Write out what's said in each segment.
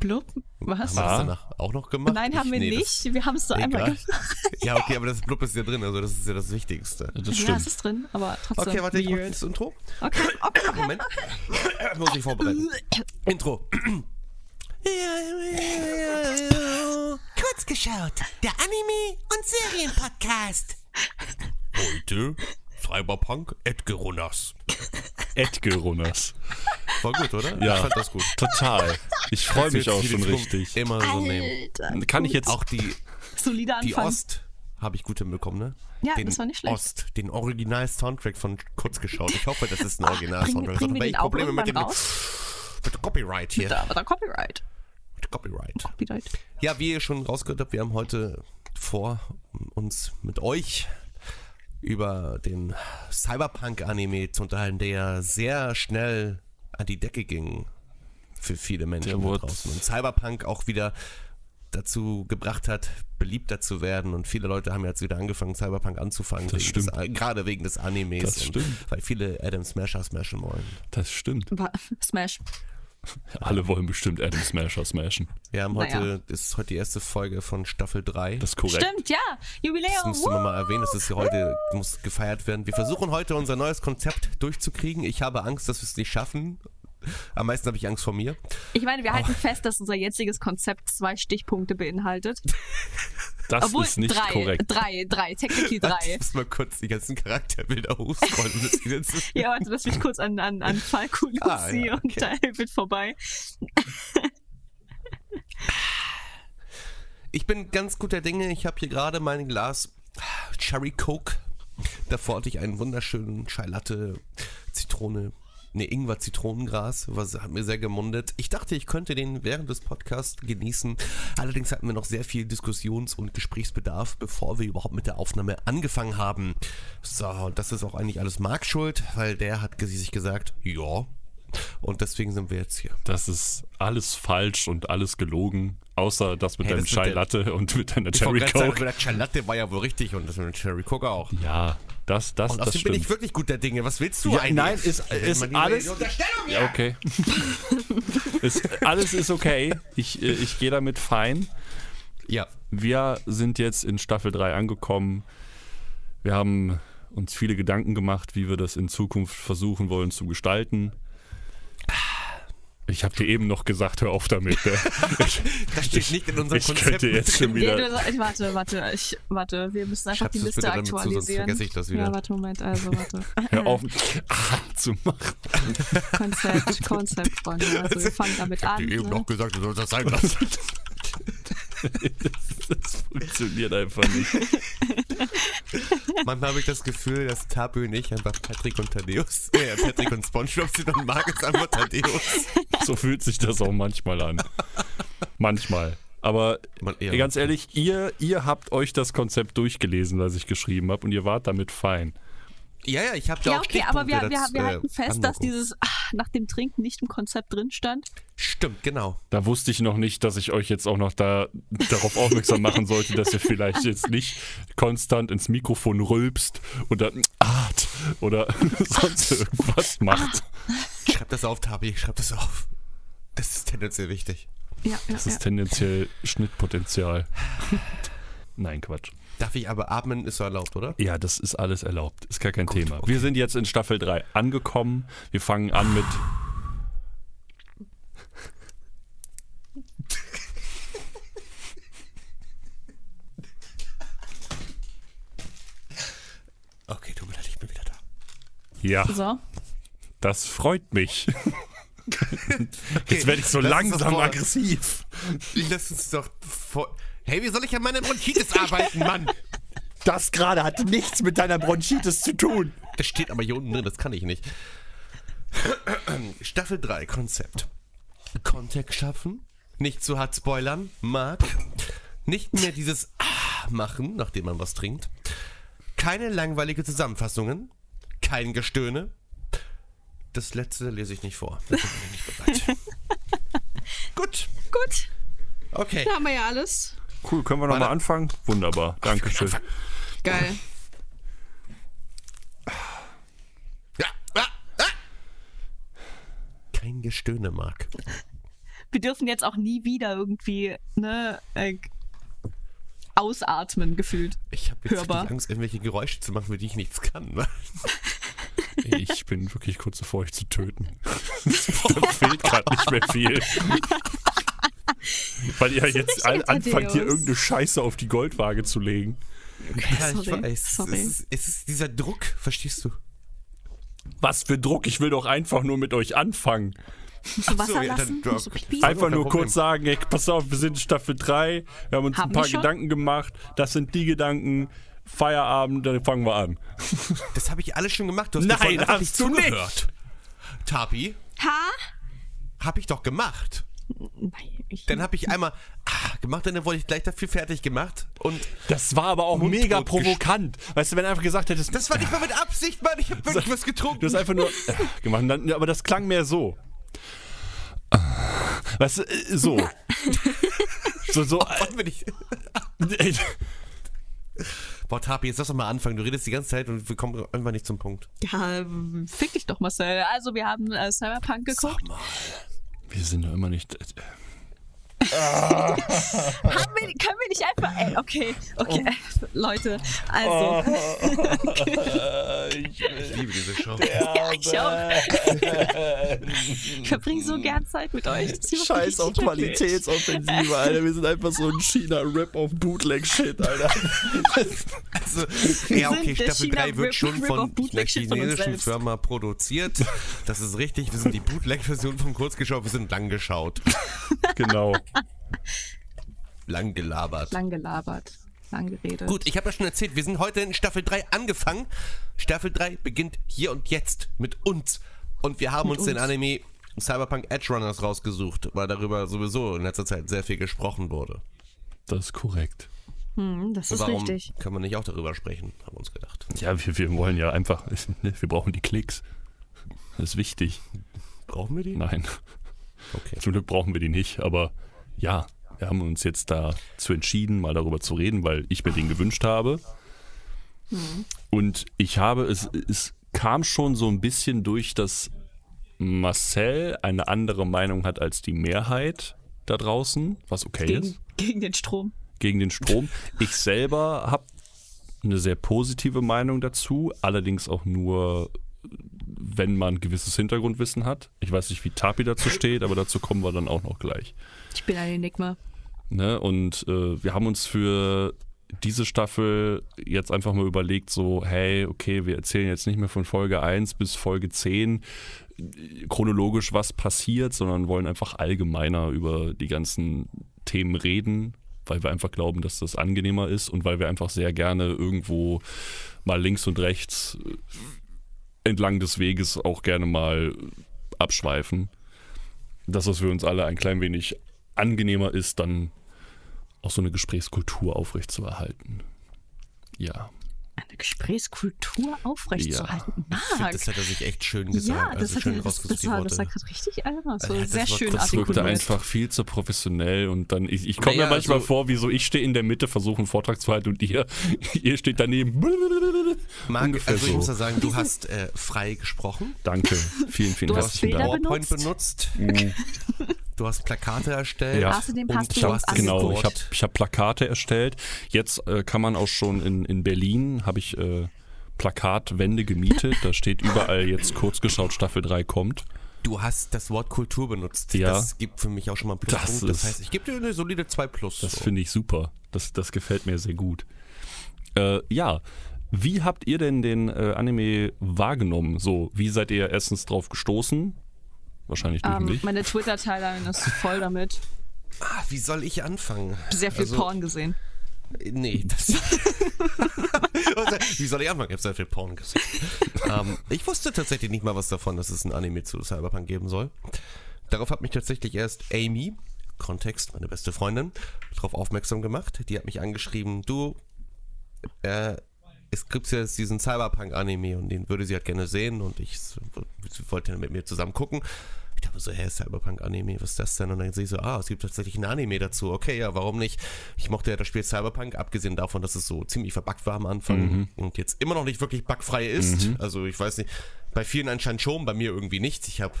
Blub. Was? Haben wir das Ah. danach auch noch gemacht? Nein, haben wir Nee, das- nicht. Wir haben es nur einmal Egal. gemacht. Ja, okay, aber das Blub ist ja drin, also das ist ja das Wichtigste. Das Ja, es stimmt. ist drin, aber trotzdem. Okay, warte, ich mach weird. das Intro. Okay, okay. Moment. Muss ich vorbereiten. Intro. Kurz geschaut, der Anime- und Serienpodcast. Heute Cyberpunk Edgar Runners. Edgar Runners. War gut, oder? Ja. Ich fand das gut. Total. Ich freue mich Jetzt auch die schon Zukunft richtig. Immer so nehmen. Alter. Kann ich jetzt Auch die, Solider die Anfang. Ost habe ich gut hinbekommen, ne? Ja, den das war nicht schlecht. Ost, den Original-Soundtrack von Kurz geschaut. Ich hoffe, das ist ein bringen- Original-Soundtrack. bringen wir Sonst hab ich den auch Probleme mit dem irgendwann mit Copyright hier. Da, aber da Copyright. Mit Copyright. Copyright. Ja, wie ihr schon rausgehört habt, wir haben heute vor, uns mit euch über den Cyberpunk-Anime zu unterhalten, der ja sehr schnell an die Decke ging für viele Menschen Der da wurde- draußen. Und Cyberpunk auch wieder dazu gebracht hat, beliebter zu werden. Und viele Leute haben jetzt wieder angefangen, Cyberpunk anzufangen. Das wegen stimmt. Des, gerade wegen des Animes. Das Und stimmt. weil viele Adam Smasher smashen wollen. Das stimmt. Ba- Smash. Alle wollen bestimmt Adam Smasher smashen. Wir haben heute, Naja. ist heute die erste Folge von Staffel 3. Das ist korrekt. Stimmt, ja. Das Jubiläum. müsste man Woo! mal erwähnen, das ist ja heute, muss gefeiert werden. Wir versuchen heute unser neues Konzept durchzukriegen. Ich habe Angst, dass wir es nicht schaffen. Am meisten habe ich Angst vor mir. Ich meine, Ah. wir halten fest, dass unser jetziges Konzept zwei Stichpunkte beinhaltet. Das Obwohl, ist nicht drei, korrekt. drei, drei, technically Ich drei. muss mal kurz die ganzen Charakterbilder hochscrollen. um das hier zu- Ja, warte, lass mich kurz an, an, an Falco, Lucy Ah, ja, und David vorbei. ich bin ganz guter Dinge. Ich habe hier gerade mein Glas Cherry Coke. Davor hatte ich einen wunderschönen Chai Latte Zitrone. Ne, Ingwer-Zitronengras, was hat mir sehr gemundet. Ich dachte, ich könnte den während des Podcasts genießen. Allerdings hatten wir noch sehr viel Diskussions- und Gesprächsbedarf, bevor wir überhaupt mit der Aufnahme angefangen haben. So, und das ist auch eigentlich alles Marks Schuld, weil der hat ges- sich gesagt, ja. Und deswegen sind wir jetzt hier. Das ist alles falsch und alles gelogen. Außer das mit Hey, deinem das mit Chai der- Latte und mit deiner Ich wollte Cherry gerade sagen, Coke. mit der Chai Latte war ja wohl richtig und das mit dem Cherry Coke auch. Ja, das, das, Und das außerdem bin ich stimmt. wirklich gut der Dinge. Was willst du Ja, eigentlich? nein, ist- Wenn ist man lieber alles- die Unterstellung Ja, okay. ist, alles ist okay. Ich, äh, ich gehe damit fein. Ja, Wir sind jetzt in Staffel 3 angekommen. Wir haben uns viele Gedanken gemacht, wie wir das in Zukunft versuchen wollen zu gestalten. Ich habe dir eben noch gesagt, hör auf damit. Ne? das steht nicht in unserem Ich Konzept. könnte jetzt schon Nee, wieder. du, warte, warte, ich, warte, wir müssen einfach Schreibst die du es Liste bitte damit zu, sonst aktualisieren. vergesse ich das wieder. Ja, warte, Moment, also, warte. Hör auf, ah, zu machen. Konzept, Konzept, Freunde. Also, wir fangen damit an. Die eben Ne? noch gesagt, du sollst das sein lassen. Das funktioniert einfach nicht. Manchmal habe ich das Gefühl, dass Tabu und ich einfach Patrick und Thaddeus, äh, Patrick und Spongebob sind und Marc ist einfach Thaddeus. So fühlt sich das auch manchmal an. Manchmal. Aber Man- ja. ganz ehrlich, ihr, ihr habt euch das Konzept durchgelesen, was ich geschrieben habe, und ihr wart damit fein. Ja, ja, ich habe da Ja, auch okay, aber wir, Stichpunkte wir, dazu, wir halten äh, fest, dass Anmerkungen. dieses ah, nach dem Trinken nicht im Konzept drin stand. Stimmt, genau. Da wusste ich noch nicht, dass ich euch jetzt auch noch da, darauf aufmerksam machen sollte, dass ihr vielleicht jetzt nicht konstant ins Mikrofon rülpst oder art oder sonst irgendwas macht. Schreib das auf, Tabi, schreib das auf. Das ist tendenziell wichtig. Ja, ja, Das ja. ist tendenziell Schnittpotenzial. Nein, Quatsch. Darf ich aber atmen, ist so erlaubt, oder? Ja, das ist alles erlaubt. Ist gar kein Gut, Thema. okay. Wir sind jetzt in Staffel 3 angekommen. Wir fangen an mit. Okay, tut mir leid, ich bin wieder da. Ja, So. das freut mich. Jetzt werde ich so lass uns das langsam vor- aggressiv. Lass uns doch vor. Hey, wie soll ich an meiner Bronchitis arbeiten, Mann? Das gerade hat nichts mit deiner Bronchitis zu tun. Das steht aber hier unten drin, das kann ich nicht. Staffel 3, Konzept. Kontext schaffen, nicht zu hart spoilern, mag, nicht mehr dieses Ah machen, nachdem man was trinkt, keine langweilige Zusammenfassungen, kein Gestöhne. Das letzte lese ich nicht vor. Da bin ich nicht bereit. Gut, Gut, okay. da haben wir ja alles. Cool, können wir nochmal anfangen? Wunderbar, Dankeschön. Geil. Ja. Ah, ah. Kein Gestöhne, Marc. wir dürfen jetzt auch nie wieder irgendwie, ne, äh, ausatmen gefühlt. Ich habe jetzt Hörbar. Äh, richtig Angst, irgendwelche Geräusche zu machen, für die ich nichts kann. ne? Ich bin wirklich kurz davor, euch zu töten. da fehlt gerade nicht mehr viel. Weil ihr jetzt nicht an, anfangt, hier Amadeus. irgendeine Scheiße auf die Goldwaage zu legen. ja, ich sorry, weiß. sorry. Es, ist, es ist dieser Druck, verstehst du? Was für Druck, ich will doch einfach nur mit euch anfangen. Musst du Wasser ja, dann- lassen? ja, Musst du gut. pipi? Einfach kein nur Problem. kurz sagen, ey, pass auf, wir sind in Staffel 3, wir haben uns Haben ein wir paar schon? Gedanken gemacht, das sind die Gedanken, Feierabend, dann fangen wir an. Das habe ich alles schon gemacht. Du hast mir vorhin Nein, einfach hast du nicht. nicht. Tapi, Ha? habe ich doch gemacht. Nein, ich, Dann habe ich einmal ah, gemacht und dann wurde ich gleich dafür fertig gemacht. Und Das war aber auch Mundtot mega gest- provokant. Weißt du, wenn er einfach gesagt hättest, das war nicht mal mit Absicht, Mann. Ich habe wirklich was getrunken. Du hast einfach nur äh, gemacht. Und Dann, ja, aber das klang mehr so. Weißt du, äh, so. So, so. Wollen wir nicht- Äh, äh, Boah, Tapi, jetzt lass doch mal anfangen. Du redest die ganze Zeit und wir kommen einfach nicht zum Punkt. ja, ähm, fick dich doch, Marcel. Also, wir haben äh, Cyberpunk geguckt. Sag mal. wir sind doch immer nicht. äh, Haben wir, können wir nicht einfach. Ey, okay, okay, Oh. Leute. Also, Ich liebe diese Show. ja, ich auch. ich verbringe so gern Zeit mit euch. Das ist überhaupt Scheiß nicht auf wirklich. Qualitätsoffensive, Alter. Wir sind einfach so ein China-Rip auf Bootleg-Shit, Alter. Also, ja, sind okay, der Staffel China 3 wird Rip- schon Rip von of einer Bootleg Shit von uns chinesischen selbst. Firma produziert. Das ist richtig. Wir sind die Bootleg-Version von Kurzgeschaut. Wir sind lang geschaut. Genau. Lang gelabert. Lang gelabert, lang geredet. Gut, ich habe ja schon erzählt, wir sind heute in Staffel 3 angefangen. Staffel 3 beginnt hier und jetzt mit uns. Und wir haben uns, den uns. Anime Cyberpunk Edge Runners rausgesucht, weil darüber sowieso in letzter Zeit sehr viel gesprochen wurde. Das ist korrekt. Hm, Das ist Warum richtig. kann man nicht auch darüber sprechen, haben wir uns gedacht. Ja, wir, wir wollen ja einfach. ne, Wir brauchen die Klicks. Das ist wichtig. Brauchen wir die? Nein, Okay. zum Glück brauchen wir die nicht. Aber ja, wir haben uns jetzt dazu entschieden, mal darüber zu reden, weil ich mir den gewünscht habe. Und ich habe, es, es kam schon so ein bisschen durch, dass Marcel eine andere Meinung hat als die Mehrheit da draußen, was okay ist, Gegen, gegen den Strom. gegen den Strom. Ich selber habe eine sehr positive Meinung dazu, allerdings auch nur, wenn man gewisses Hintergrundwissen hat. Ich weiß nicht, wie Tapi dazu steht, aber dazu kommen wir dann auch noch gleich. Ich bin ein Enigma. Ne? Und äh, wir haben uns für diese Staffel jetzt einfach mal überlegt, so, hey, okay, wir erzählen jetzt nicht mehr von Folge 1 bis Folge 10 chronologisch, was passiert, sondern wollen einfach allgemeiner über die ganzen Themen reden, weil wir einfach glauben, dass das angenehmer ist und weil wir einfach sehr gerne irgendwo mal links und rechts äh, entlang des Weges auch gerne mal abschweifen. Dass es für uns alle ein klein wenig angenehmer ist, dann auch so eine Gesprächskultur aufrechtzuerhalten. Ja. Eine Gesprächskultur aufrechtzuhalten. Ich find, Mag. das hat er sich echt schön gesagt. Ja, das also hat schön er- das, rausgesucht, das, die war, Worte. das war gerade richtig einfach. So Ja, das sehr war- schön das Es wirkte artikuliert. einfach viel zu professionell und dann, ich, ich komme Naja, mir manchmal also- vor, wie so, ich stehe in der Mitte, versuche einen Vortrag zu halten und ihr, ihr steht daneben. Marc, Ungefähr also ich muss so. ja sagen, du hast äh, frei gesprochen. Danke, vielen, vielen Du hast herzlichen Bilder Dank. PowerPoint benutzt. Du hast Plakate erstellt. Mhm. Ja. Außerdem und hast du du uns hast angeguckt. Genau, ich habe gescored. ich hab Plakate erstellt. Jetzt äh, kann man auch schon in, in Berlin, habe ich äh, Plakatwände gemietet. Da steht überall jetzt kurz geschaut, Staffel 3 kommt. Du hast das Wort Kultur benutzt. Ja. Das gibt für mich auch schon mal einen Pluspunkt. Das Das, ist- heißt, ich gebe dir eine solide 2 plus. Das So. finde ich super. Das, das gefällt mir sehr gut. Äh, ja, wie habt ihr denn den äh, Anime wahrgenommen? So, wie seid ihr erstens drauf gestoßen? Wahrscheinlich durch Ähm, mich. meine Twitter-Timeline ist voll damit. ah, wie soll ich anfangen? Sehr viel Also- Porn gesehen. Nee, das. wie soll ich anfangen? Ich habe sehr viel Porn gesehen. ähm, ich wusste tatsächlich nicht mal was davon, dass es ein Anime zu Cyberpunk geben soll. Darauf hat mich tatsächlich erst Amy, Kontext, meine beste Freundin, darauf aufmerksam gemacht. Die hat mich angeschrieben, du, äh, es gibt ja jetzt diesen Cyberpunk-Anime und den würde sie halt gerne sehen und ich s- sie wollte dann mit mir zusammen gucken. Ich dachte so, hä, Cyberpunk-Anime, was ist das denn? Und dann sehe ich so, ah, es gibt tatsächlich ein Anime dazu. Okay, ja, warum nicht? Ich mochte ja das Spiel Cyberpunk, abgesehen davon, dass es so ziemlich verbuggt war am Anfang und jetzt immer noch nicht wirklich bugfrei ist. Also ich weiß nicht, bei vielen anscheinend schon, bei mir irgendwie nicht. Ich habe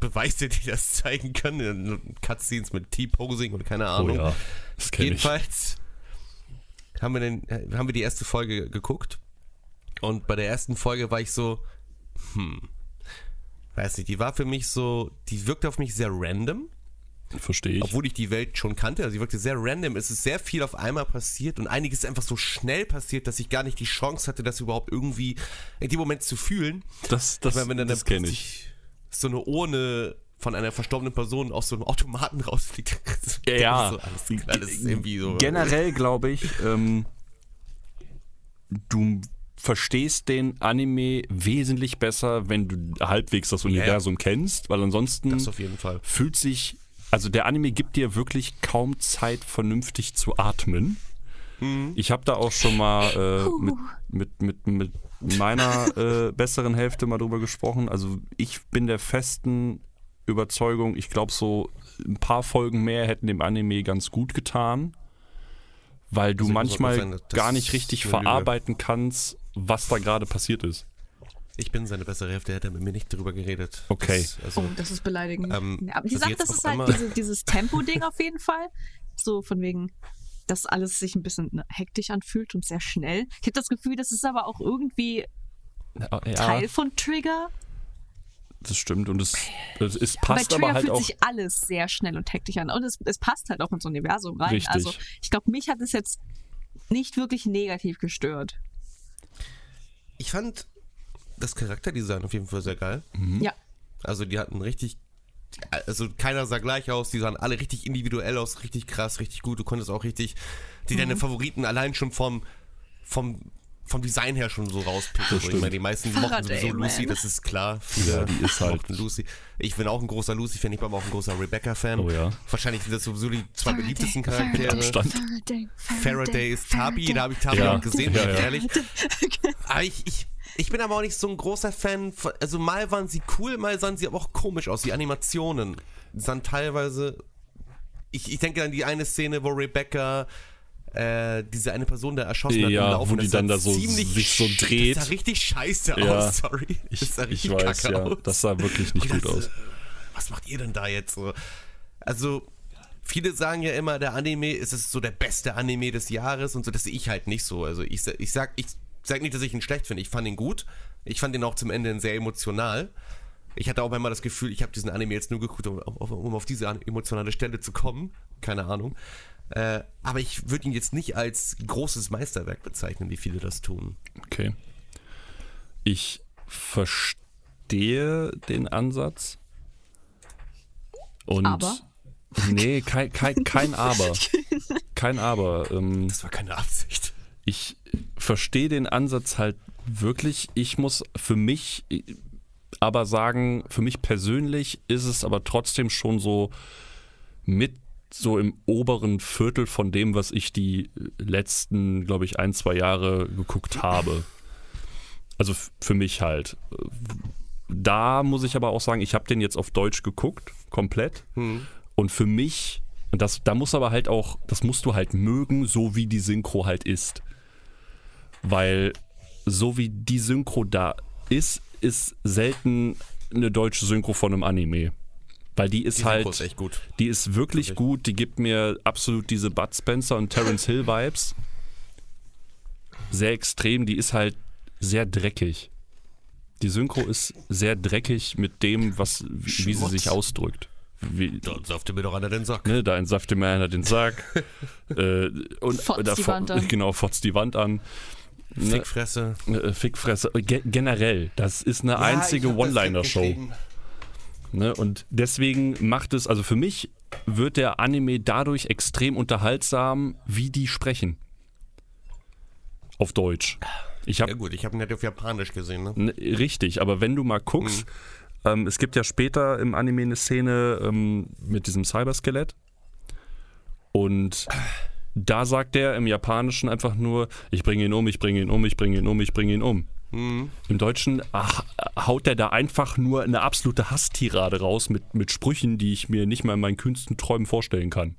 Beweise, die das zeigen können. Cutscenes mit T-Posing und keine Ahnung. Oh das kenne ich. Jedenfalls haben wir, den, äh, haben wir die erste Folge geguckt. Und bei der ersten Folge war ich so, hm, weiß nicht, die war für mich so, die wirkte auf mich sehr random, Verstehe ich. obwohl ich die Welt schon kannte. Also die wirkte sehr random. Es ist sehr viel auf einmal passiert und einiges ist einfach so schnell passiert, dass ich gar nicht die Chance hatte, das überhaupt irgendwie in dem Moment zu fühlen. das das, Ich meine, wenn dann, das das kenne ich. so eine Urne von einer verstorbenen Person aus so einem Automaten rausfliegt. Ja. So, alles klar, das ist irgendwie so. Generell glaube ich, ähm, du verstehst den Anime wesentlich besser, wenn du halbwegs das Universum kennst, weil ansonsten Mhm. Das auf jeden Fall. fühlt sich, also der Anime gibt dir wirklich kaum Zeit, vernünftig zu atmen. Mhm. Ich habe da auch schon mal äh, mit, mit, mit, mit meiner äh, besseren Hälfte mal drüber gesprochen. Also ich bin der festen Überzeugung, ich glaube so ein paar Folgen mehr hätten dem Anime ganz gut getan, weil du Also ich muss auch manchmal sagen, das gar ist nicht richtig eine Lüge. verarbeiten kannst, was da gerade passiert ist. Ich bin seine bessere Hälfte, er hat mit mir nicht drüber geredet. Okay. Das, also, Oh, das ist beleidigend. Ähm, Aber die also sagt, jetzt das auf ist halt einmal- diese, dieses Tempo-Ding auf jeden Fall. So von wegen, dass alles sich ein bisschen ne, hektisch anfühlt und sehr schnell. Ich habe das Gefühl, das ist aber auch irgendwie Ah, Teil von Trigger. das stimmt und es, es, es passt Bei Trigger aber halt fühlt auch. sich alles sehr schnell und hektisch an. Und es, es passt halt auch ins Universum rein. Richtig. Also ich glaube, mich hat es jetzt nicht wirklich negativ gestört. ich fand das Charakterdesign auf jeden Fall sehr geil. Ja. Also die hatten richtig, also keiner sah gleich aus, die sahen alle richtig individuell aus, richtig krass, richtig gut. Du konntest auch richtig, die Mhm. deine Favoriten allein schon vom, vom, vom Design her schon so rauspicken. Ich meine, die meisten mochten Faraday, sowieso Lucy, man. das ist klar. Viele Ja, die ist halt- mochten Lucy. Ich bin auch ein großer Lucy-Fan, ich bin aber auch ein großer Rebecca-Fan. Oh ja. Wahrscheinlich sind das sowieso die zwei beliebtesten Faraday, Charaktere. Stand. Faraday, Faraday ist Tabi, da habe ich Tabi Ja. auch gesehen, Ja, bin ich ja. ehrlich. Aber ich, ich, ich bin aber auch nicht so ein großer Fan. Von, also mal waren sie cool, mal sahen sie aber auch komisch aus. Die Animationen sahen teilweise. Ich, ich denke an die eine Szene, wo Rebecca äh, diese eine Person da erschossen hat Ja, im Lauf wo und die das dann sah da so ziemlich sich so sch- dreht. Das sah richtig scheiße Ja. aus, sorry. Ich, Das sah ich richtig weiß, kacke ja. aus. äh, Das sah wirklich Ich nicht gut dachte, aus. Was macht ihr denn da jetzt so? Also, viele sagen ja immer, der Anime ist es ist so der beste Anime des Jahres und so, das sehe ich halt nicht so. Also, ich, sa- ich, sag, ich sag nicht, dass ich ihn schlecht finde. Ich fand ihn gut. Ich fand ihn auch zum Ende hin sehr emotional. Ich hatte auch einmal das Gefühl, ich habe diesen Anime jetzt nur geguckt, um, um, um auf diese an- emotionale Stelle zu kommen. Keine Ahnung. Äh, aber ich würde ihn jetzt nicht als großes Meisterwerk bezeichnen, wie viele das tun. Okay. Ich verstehe den Ansatz. Und Aber? Nee, kein, kein, kein Aber. Kein Aber. Ähm, Das war keine Absicht. ich verstehe den Ansatz halt wirklich. Ich muss für mich äh, aber sagen, für mich persönlich ist es aber trotzdem schon so mit so im oberen Viertel von dem, was ich die letzten, glaube ich, ein, zwei Jahre geguckt habe. Also f- für mich halt. Da muss ich aber auch sagen, ich habe den jetzt auf Deutsch geguckt, komplett. Hm. Und für mich, und das, da muss aber halt auch, das musst du halt mögen, so wie die Synchro halt ist. Weil so wie die Synchro da ist, ist selten eine deutsche Synchro von einem Anime. Weil die ist Die Synchro halt. ist echt gut. Die ist wirklich gut, die gibt mir absolut diese Bud Spencer und Terence Hill Vibes. Sehr extrem, die ist halt sehr dreckig. Die Synchro ist sehr dreckig mit dem, was, wie, wie sie Schmutz. sich ausdrückt. Wie, Dann saufte mir doch einer den Sack. ne, da entsaftet mir einer den Sack. äh, und, Fotzt oder die fo- Wand an. Genau, fotzt die Wand an. Ne, Fickfresse. äh, Fickfresse. Ge generell, das ist eine einzige One-Liner-Show. Ne? Und deswegen macht es, also für mich wird der Anime dadurch extrem unterhaltsam, wie die sprechen. Auf Deutsch. Ich Ja habe gut, ich habe ihn halt auf Japanisch gesehen, Hm. ne? richtig, aber wenn du mal guckst, ähm, es gibt ja später im Anime eine Szene ähm, mit diesem Cyberskelett und da sagt er im Japanischen einfach nur, ich bringe ihn um, ich bringe ihn um, ich bringe ihn um, ich bringe ihn um. Im Deutschen ach, haut er da einfach nur eine absolute Hasstirade raus mit, mit Sprüchen, die ich mir nicht mal in meinen kühnsten Träumen vorstellen kann.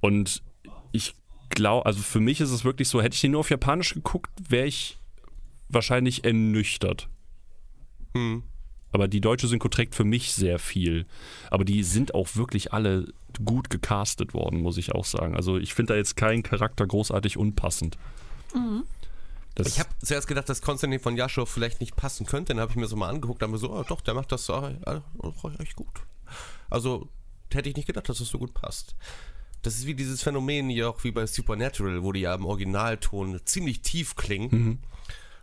Und ich glaube, also für mich ist es wirklich so, hätte ich den nur auf Japanisch geguckt, wäre ich wahrscheinlich ernüchtert. Aber die deutsche Synchro trägt für mich sehr viel. Aber die sind auch wirklich alle gut gecastet worden, muss ich auch sagen. Also ich finde da jetzt keinen Charakter großartig unpassend. Mhm. Das ich habe zuerst gedacht, dass Konstantin von Jaschow vielleicht nicht passen könnte. Dann habe ich mir so mal angeguckt, dann so, oh, doch, der macht das echt äh, äh, gut. Also hätte ich nicht gedacht, dass das so gut passt. Das ist wie dieses Phänomen hier auch wie bei Supernatural, wo die ja im Originalton ziemlich tief klingen. Mhm.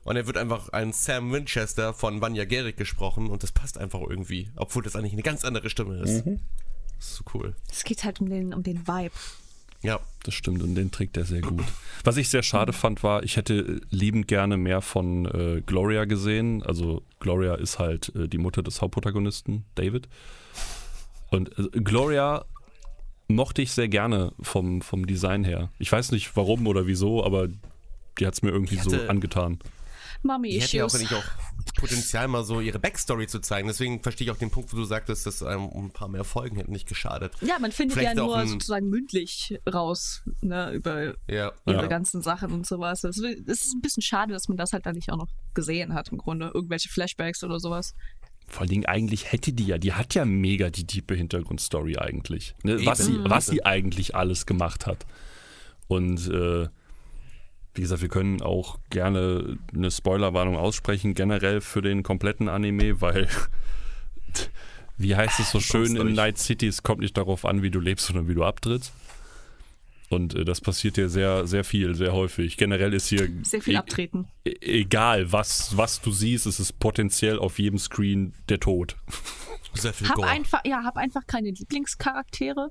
Und er wird einfach ein Sam Winchester von Vanya Gerrick gesprochen und das passt einfach irgendwie, obwohl das eigentlich eine ganz andere Stimme ist. Mhm. Das ist so cool. Es geht halt um den, um den Vibe. Ja, das stimmt und den trägt er sehr gut. Was ich sehr schade fand, war, ich hätte liebend gerne mehr von äh, Gloria gesehen. Also Gloria ist halt äh, die Mutter des Hauptprotagonisten, David. Und äh, Gloria mochte ich sehr gerne vom, vom Design her. Ich weiß nicht warum oder wieso, aber die hat es mir irgendwie so angetan. Mami die hätte ja auch, Issues. wenn ich auch Potenzial mal so ihre Backstory zu zeigen. Deswegen verstehe ich auch den Punkt, wo du sagtest, dass ähm, ein paar mehr Folgen hätten nicht geschadet. Ja, man findet Vielleicht ja auch nur ein- sozusagen mündlich raus ne, über Ja. ihre ja. ganzen Sachen und sowas. Es ist es ist ein bisschen schade, dass man das halt dann nicht auch noch gesehen hat im Grunde. Irgendwelche Flashbacks oder sowas. Vor allen Dingen eigentlich hätte die ja, die hat ja mega die tiefe Hintergrundstory eigentlich. Ne? Eben. Was, sie, Mhm. was sie eigentlich alles gemacht hat. Und äh, wie gesagt, wir können auch gerne eine Spoilerwarnung aussprechen, generell für den kompletten Anime, weil wie heißt es so schön in durch. Night City, es kommt nicht darauf an, wie du lebst, sondern wie du abtrittst. Und äh, das passiert hier sehr, sehr viel, sehr häufig. Generell ist hier Sehr viel e- abtreten. e- egal, was, was du siehst, es ist potenziell auf jedem Screen der Tod. Sehr viel Hab Gore. einfach, ja, hab einfach keine Lieblingscharaktere.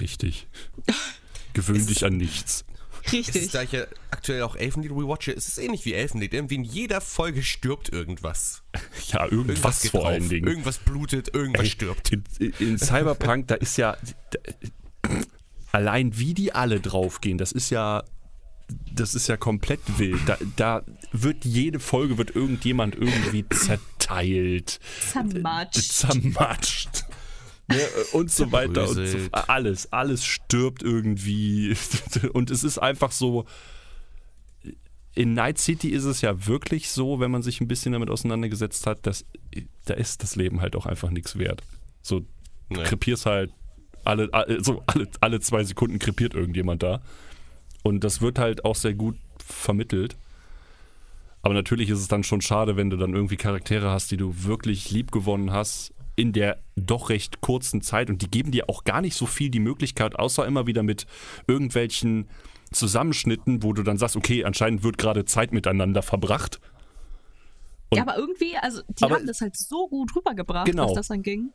Richtig. Gewöhn dich an nichts. Es ist, Richtig. da ich ja aktuell auch Elfenlied rewatche, es ist ähnlich wie Elfenlied. Irgendwie in jeder Folge stirbt irgendwas. Ja, irgendwas geht vor drauf. allen Dingen. Irgendwas blutet, irgendwas stirbt. In, in Cyberpunk, da ist ja. Da, allein wie die alle draufgehen, das ist ja. Das ist ja komplett wild. Da, da wird jede Folge wird irgendjemand irgendwie zerteilt, Zermatscht. zermatscht. Ne, und so weiter und so Zerbröselt. alles alles stirbt irgendwie und es ist einfach so in Night City ist es ja wirklich so, wenn man sich ein bisschen damit auseinandergesetzt hat, dass äh, da ist das Leben halt auch einfach nichts wert. So du Nee. krepierst halt alle alle- so alle alle zwei Sekunden krepiert irgendjemand da und das wird halt auch sehr gut vermittelt. Aber natürlich ist es dann schon schade, wenn du dann irgendwie Charaktere hast, die du wirklich lieb gewonnen hast in der doch recht kurzen Zeit und die geben dir auch gar nicht so viel die Möglichkeit, außer immer wieder mit irgendwelchen Zusammenschnitten, wo du dann sagst, okay, anscheinend wird gerade Zeit miteinander verbracht. Ja, aber irgendwie, also die Aber- haben das halt so gut rübergebracht, Genau. was das dann ging.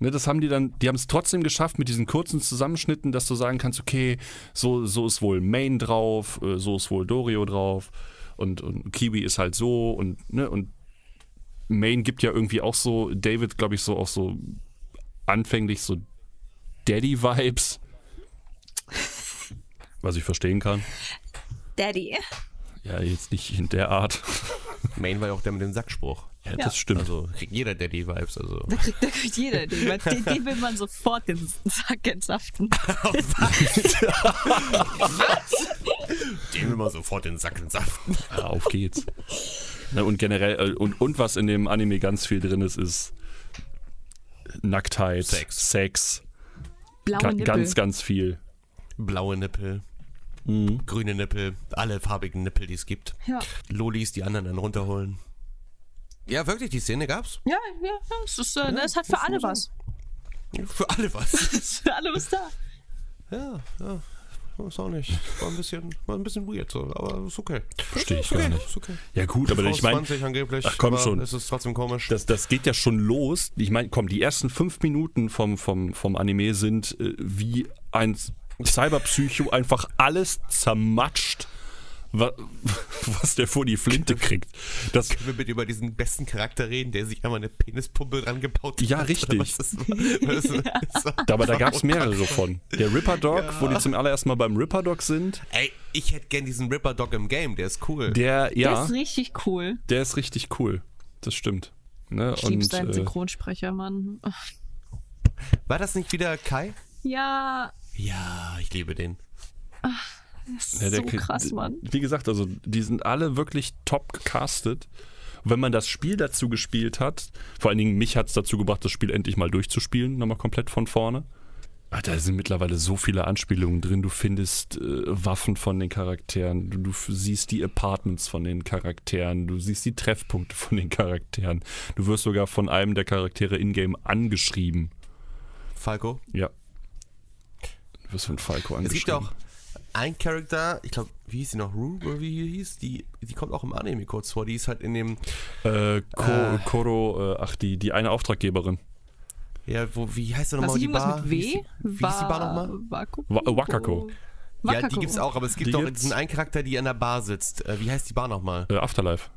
Ne, das haben die dann, die haben es trotzdem geschafft mit diesen kurzen Zusammenschnitten, dass du sagen kannst, okay, so, so ist wohl Main drauf, äh, so ist wohl Dorio drauf und, und Kiwi ist halt so und, ne, und Main gibt ja irgendwie auch so, David, glaube ich, so auch so anfänglich so Daddy-Vibes. Was ich verstehen kann. Daddy. Ja, jetzt nicht in der Art. Main war ja auch der mit dem Sackspruch. Ja, Ja. das stimmt. Also kriegt jeder Daddy-Vibes. Also. Da kriegt, da kriegt jeder den. weil Den, den will man sofort den Sack entsaften. Dem immer sofort den Sack in den Saft. Ja, auf geht's. Ne, und generell, äh, und, und was in dem Anime ganz viel drin ist, ist Nacktheit, Sex. Sex Blaue ga Nippel. ganz, ganz viel. Blaue Nippel, Mhm. grüne Nippel, alle farbigen Nippel, die es gibt. ja. Lolis, die anderen dann runterholen. Ja, wirklich, die Szene gab's. Ja, ja, ja, es, ist, äh, ne, es hat für alle was. Für alle was. Es ist für alle was da. ja, ja. Weiß auch nicht. War ein bisschen, war ein bisschen weird so, aber ist okay. Verstehe ich Ist okay, gar nicht. Ist okay. Ja, gut, aber Frau ich ist meine, 20 angeblich. Ach, komm aber schon. Es ist trotzdem komisch. das, das geht ja schon los. Ich meine, komm, die ersten fünf Minuten vom, vom, vom Anime sind äh, wie ein Cyberpsycho einfach alles zermatscht, wa was der vor die Flinte kriegt. Das, Können wir bitte über diesen besten Charakter reden, der sich einmal eine Penispumpe rangebaut hat? Ja, Oder richtig. was das war? Was das war? aber da Oh gab es mehrere von. Der Ripper Dog, wo die zum allerersten Mal beim Ripper Dog sind. Ey, ich hätte gern diesen Ripper Dog im Game, der ist cool. Der, Das ja, ist richtig cool. der ist richtig cool. Das stimmt. Ne? Ich liebe Und, seinen äh, Synchronsprecher, Mann. Ach. War das nicht wieder Kai? Ja, Ja, ich liebe den. das ist ja, der so kriegt- krass, Mann. Wie gesagt, also die sind alle wirklich top gecastet. Wenn man das Spiel dazu gespielt hat, vor allen Dingen mich hat es dazu gebracht, das Spiel endlich mal durchzuspielen, nochmal komplett von vorne. Alter, da sind mittlerweile so viele Anspielungen drin. Du findest äh, Waffen von den Charakteren, du, du f- siehst die Apartments von den Charakteren, du siehst die Treffpunkte von den Charakteren. Du wirst sogar von einem der Charaktere in-game angeschrieben. Falco. Ja. Du wirst von Falco Es gibt ja angeschrieben. auch einen Charakter, ich glaube, wie hieß sie noch? Rue oder wie die hieß? Die, die kommt auch im Anime kurz vor. Die ist halt in dem, Äh, Ko Koro, äh, ach, die, die eine Auftraggeberin. ja, wo, wie heißt der Was nochmal die Also irgendwas Bar? mit Wie W? hieß die, wie hieß die Bar nochmal? Waku- Wa- äh, Wakako. Ja, die Wakako. gibt's auch, aber es Die gibt auch gibt's. diesen einen Charakter, die an der Bar sitzt. Äh, wie heißt die Bar nochmal? Äh, Afterlife.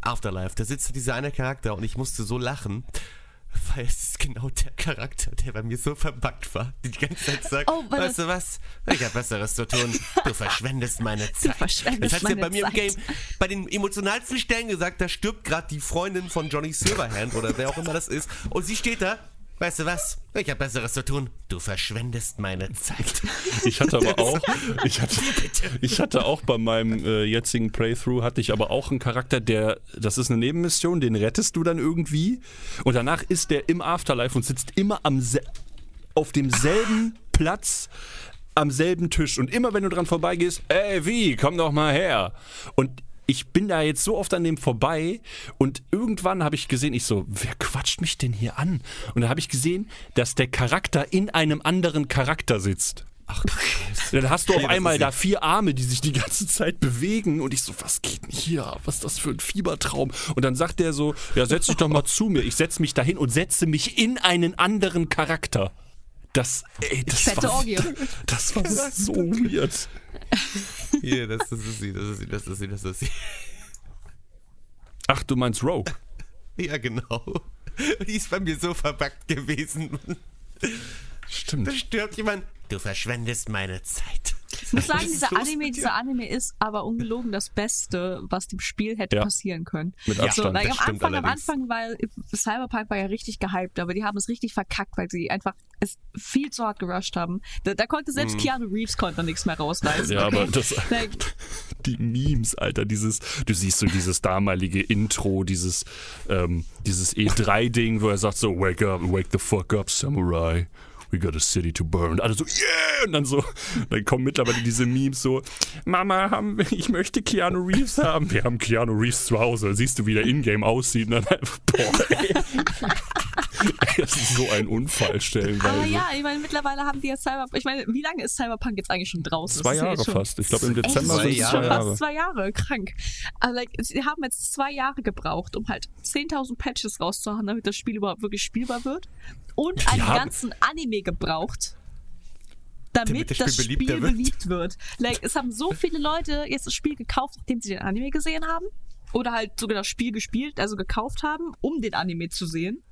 Afterlife. Da sitzt dieser eine Charakter und ich musste so lachen, weil es ist genau der Charakter, der bei mir so verbuggt war, die die ganze Zeit sagt, Oh, weil weißt du was, ich habe Besseres zu tun, du verschwendest meine Zeit. verschwendest das hat's ja meine bei mir im Zeit. Game, bei den emotionalsten Stellen gesagt, da stirbt gerade die Freundin von Johnny Silverhand oder wer auch immer das ist und sie steht da, weißt du was, ich habe Besseres zu tun, du verschwendest meine Zeit. Ich hatte aber auch, ich hatte, ich hatte auch bei meinem äh, jetzigen Playthrough, hatte ich aber auch einen Charakter, der, das ist eine Nebenmission, den rettest du dann irgendwie und danach ist der im Afterlife und sitzt immer am se- auf demselben Platz am selben Tisch und immer wenn du dran vorbeigehst, ey, wie, komm doch mal her. Und ich bin da jetzt so oft an dem vorbei und irgendwann habe ich gesehen, ich so, wer quatscht mich denn hier an? Und dann habe ich gesehen, dass der Charakter in einem anderen Charakter sitzt. Ach, Dann hast du auf Nee, das einmal ist da nicht- vier Arme, die sich die ganze Zeit bewegen und ich so, was geht denn hier? ab? Was ist das für ein Fiebertraum? Und dann sagt der so, ja, setz dich doch mal zu mir. Ich setze mich dahin und setze mich in einen anderen Charakter. Das, ey, das Fette war, Orgie. Das war so weird. hier, das, das ist sie, das ist sie, das ist sie, das ist sie. Ach, du meinst Rogue? Ja, genau. Die ist bei mir so verbackt gewesen. Da Stimmt. stirbt jemand. Du verschwendest meine Zeit. Ich muss sagen, Was ist dieser los mit Anime, dir? dieser Anime ist aber ungelogen das Beste, was dem Spiel hätte Ja. passieren können. Mit Abstand. weil das am stimmt Anfang, am allerdings. Anfang, weil Cyberpunk war ja richtig gehypt, aber die haben es richtig verkackt, weil sie einfach es viel zu hart gerusht haben. Da, da konnte selbst Mm. Keanu Reeves konnte nichts mehr rausreißen. Ja, okay? aber das, Like, die Memes, Alter, dieses, du siehst so dieses damalige Intro, dieses, ähm, dieses E3-Ding, wo er sagt so, wake up, wake the fuck up, Samurai. We got a city to burn. Alle so, yeah! Und dann so, dann kommen mittlerweile diese Memes so, Mama, haben, wir- ich möchte Keanu Reeves haben. Wir haben Keanu Reeves zu Hause. Dann Siehst du, wie der Ingame aussieht und dann einfach, boah, ey. Das ist so ein Unfall stellenweise. aber ja, ich meine, mittlerweile haben die ja Cyberpunk. Ich meine, wie lange ist Cyberpunk jetzt eigentlich schon draußen? Zwei Das ist ja Jahre jetzt schon, fast. Ich glaube, im Echt? Dezember Das sind ist Zwei es zwei schon Jahre. Fast zwei Jahre, krank. Aber like, sie haben jetzt zwei Jahre gebraucht, um halt 10.000 Patches rauszuhauen, damit das Spiel überhaupt wirklich spielbar wird. Und einen Ja. ganzen Anime gebraucht, damit Damit das das Spiel Spiel beliebt beliebter wird. wird. Like, es haben so viele Leute jetzt das Spiel gekauft, nachdem sie den Anime gesehen haben. Oder halt sogar das Spiel gespielt, also gekauft haben, um den Anime zu sehen.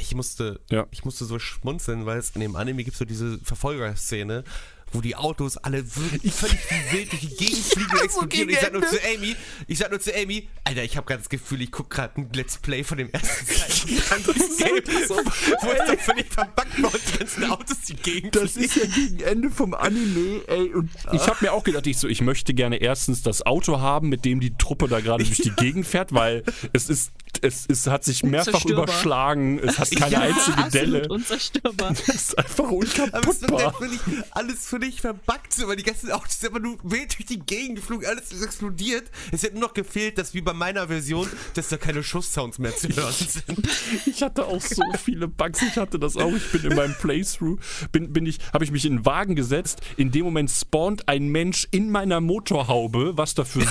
Ich musste, Ja. ich musste so schmunzeln, weil es in dem Anime gibt so diese Verfolgerszene, wo die Autos alle so völlig wie wild durch die Gegend fliegen und explodieren. Und ich sag nur zu Amy, ich sag nur zu Amy, Alter, ich habe gerade das Gefühl, ich guck gerade ein Let's Play von dem ersten Teil. wo es dann völlig verbackt war und die ganzen Autos die Gegend Das ist ja gegen Ende vom Anime, ey. Und ich habe mir auch gedacht, ich so, ich möchte gerne erstens das Auto haben, mit dem die Truppe da gerade durch die Gegend fährt, weil es ist, es, es hat sich mehrfach Unzerstörbar. überschlagen, es hat keine Ja, einzige absolut Delle. unzerstörbar. Das ist einfach Aber es wird halt unkaputtbar. völlig, alles völlig verbackt, so, weil die ganzen Autos sind einfach nur wild durch die Gegend geflogen, alles ist explodiert. Es hätte nur noch gefehlt, dass wie bei meiner Version, dass da keine Schusssounds mehr zu hören sind. Ich hatte auch so viele Bugs. Ich hatte das auch. Ich bin in meinem Playthrough, bin, bin ich, habe ich mich in einen Wagen gesetzt. In dem Moment spawnt ein Mensch in meiner Motorhaube, was dafür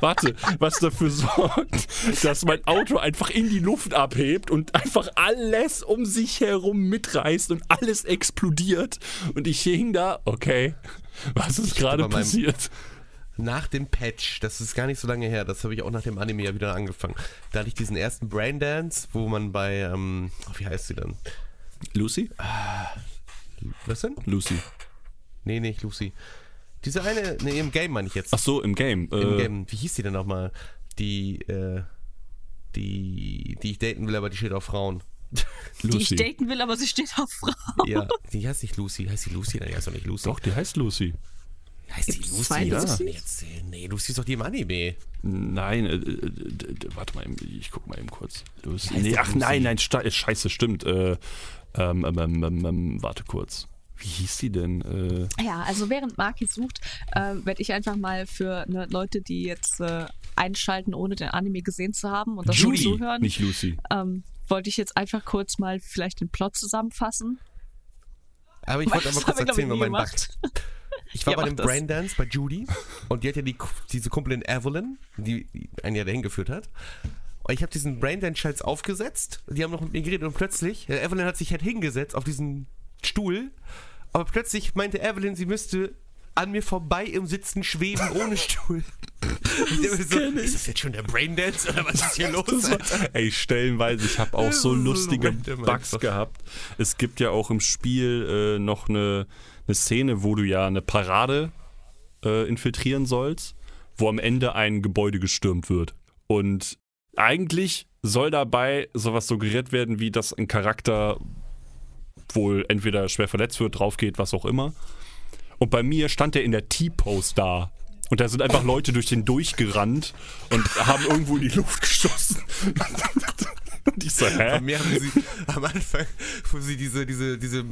warte, was dafür sorgt, dass mein Auto einfach in die Luft abhebt und einfach alles um sich herum mitreißt und alles explodiert. Und ich hing da, okay, was ist gerade bei meinem- passiert? Nach dem Patch, das ist gar nicht so lange her, das habe ich auch nach dem Anime ja wieder angefangen. Da hatte ich diesen ersten Braindance, wo man bei, ähm, oh, wie heißt sie denn? Lucy? Was denn? Lucy. Nee, nicht Lucy. Diese eine, nee, im Game meine ich jetzt. Ach so, im Game. Im äh, Game, wie hieß die denn nochmal? Die, äh, die, die ich daten will, aber die steht auf Frauen. Die ich Lucy. daten will, aber sie steht auf Frau. Ja, die heißt nicht Lucy. Heißt die Lucy? Nein, die heißt doch nicht Lucy. Doch, die heißt Lucy. Heißt die Gibt's Lucy? zwei Das darf Lucys? man nicht erzählen. Nee, Lucy ist doch die im Anime. Nein, äh, äh, d- d- warte mal, eben, ich guck mal eben kurz. Lucy. heißt Nee, doch ach Lucy. nein, nein, sta- äh, scheiße, stimmt. Äh, ähm, ähm, ähm, ähm, ähm, warte kurz. Wie hieß sie denn? Äh, Ja, also während Maki sucht, äh, werde ich einfach mal für ne, Leute, die jetzt äh, einschalten, ohne den Anime gesehen zu haben und das nur Judy, zuhören, nicht Lucy. ähm, wollte ich jetzt einfach kurz mal vielleicht den Plot zusammenfassen. Aber ich wollte Das haben aber kurz wir, glaub ich, erzählen, nie wenn man gemacht. backt. Ich war Ja, bei mach dem das. Braindance bei Judy und die hat ja die, diese Kumpelin Evelyn, die einen ja dahin geführt hat. Und ich habe diesen Braindance-Schals aufgesetzt, die haben noch mit mir geredet und plötzlich, äh, Evelyn hat sich halt hingesetzt auf diesen Stuhl, aber plötzlich meinte Evelyn, sie müsste an mir vorbei im Sitzen schweben ohne Stuhl. Und ich dachte mir so, ist das jetzt schon der Braindance oder was ist hier los? Alter? Ey, stellenweise, ich habe auch so Das ist so lustige random Bugs einfach. gehabt. Es gibt ja auch im Spiel äh, noch eine, eine Szene, wo du ja eine Parade äh, infiltrieren sollst, wo am Ende ein Gebäude gestürmt wird. Und eigentlich soll dabei sowas suggeriert werden, wie dass ein Charakter wohl entweder schwer verletzt wird, draufgeht, was auch immer. Und bei mir stand er in der T-Pose da. Und da sind einfach Leute durch den durchgerannt und haben irgendwo in die Luft geschossen. und ich so, hä? Bei mir haben sie am Anfang, wo sie diese, diese, diese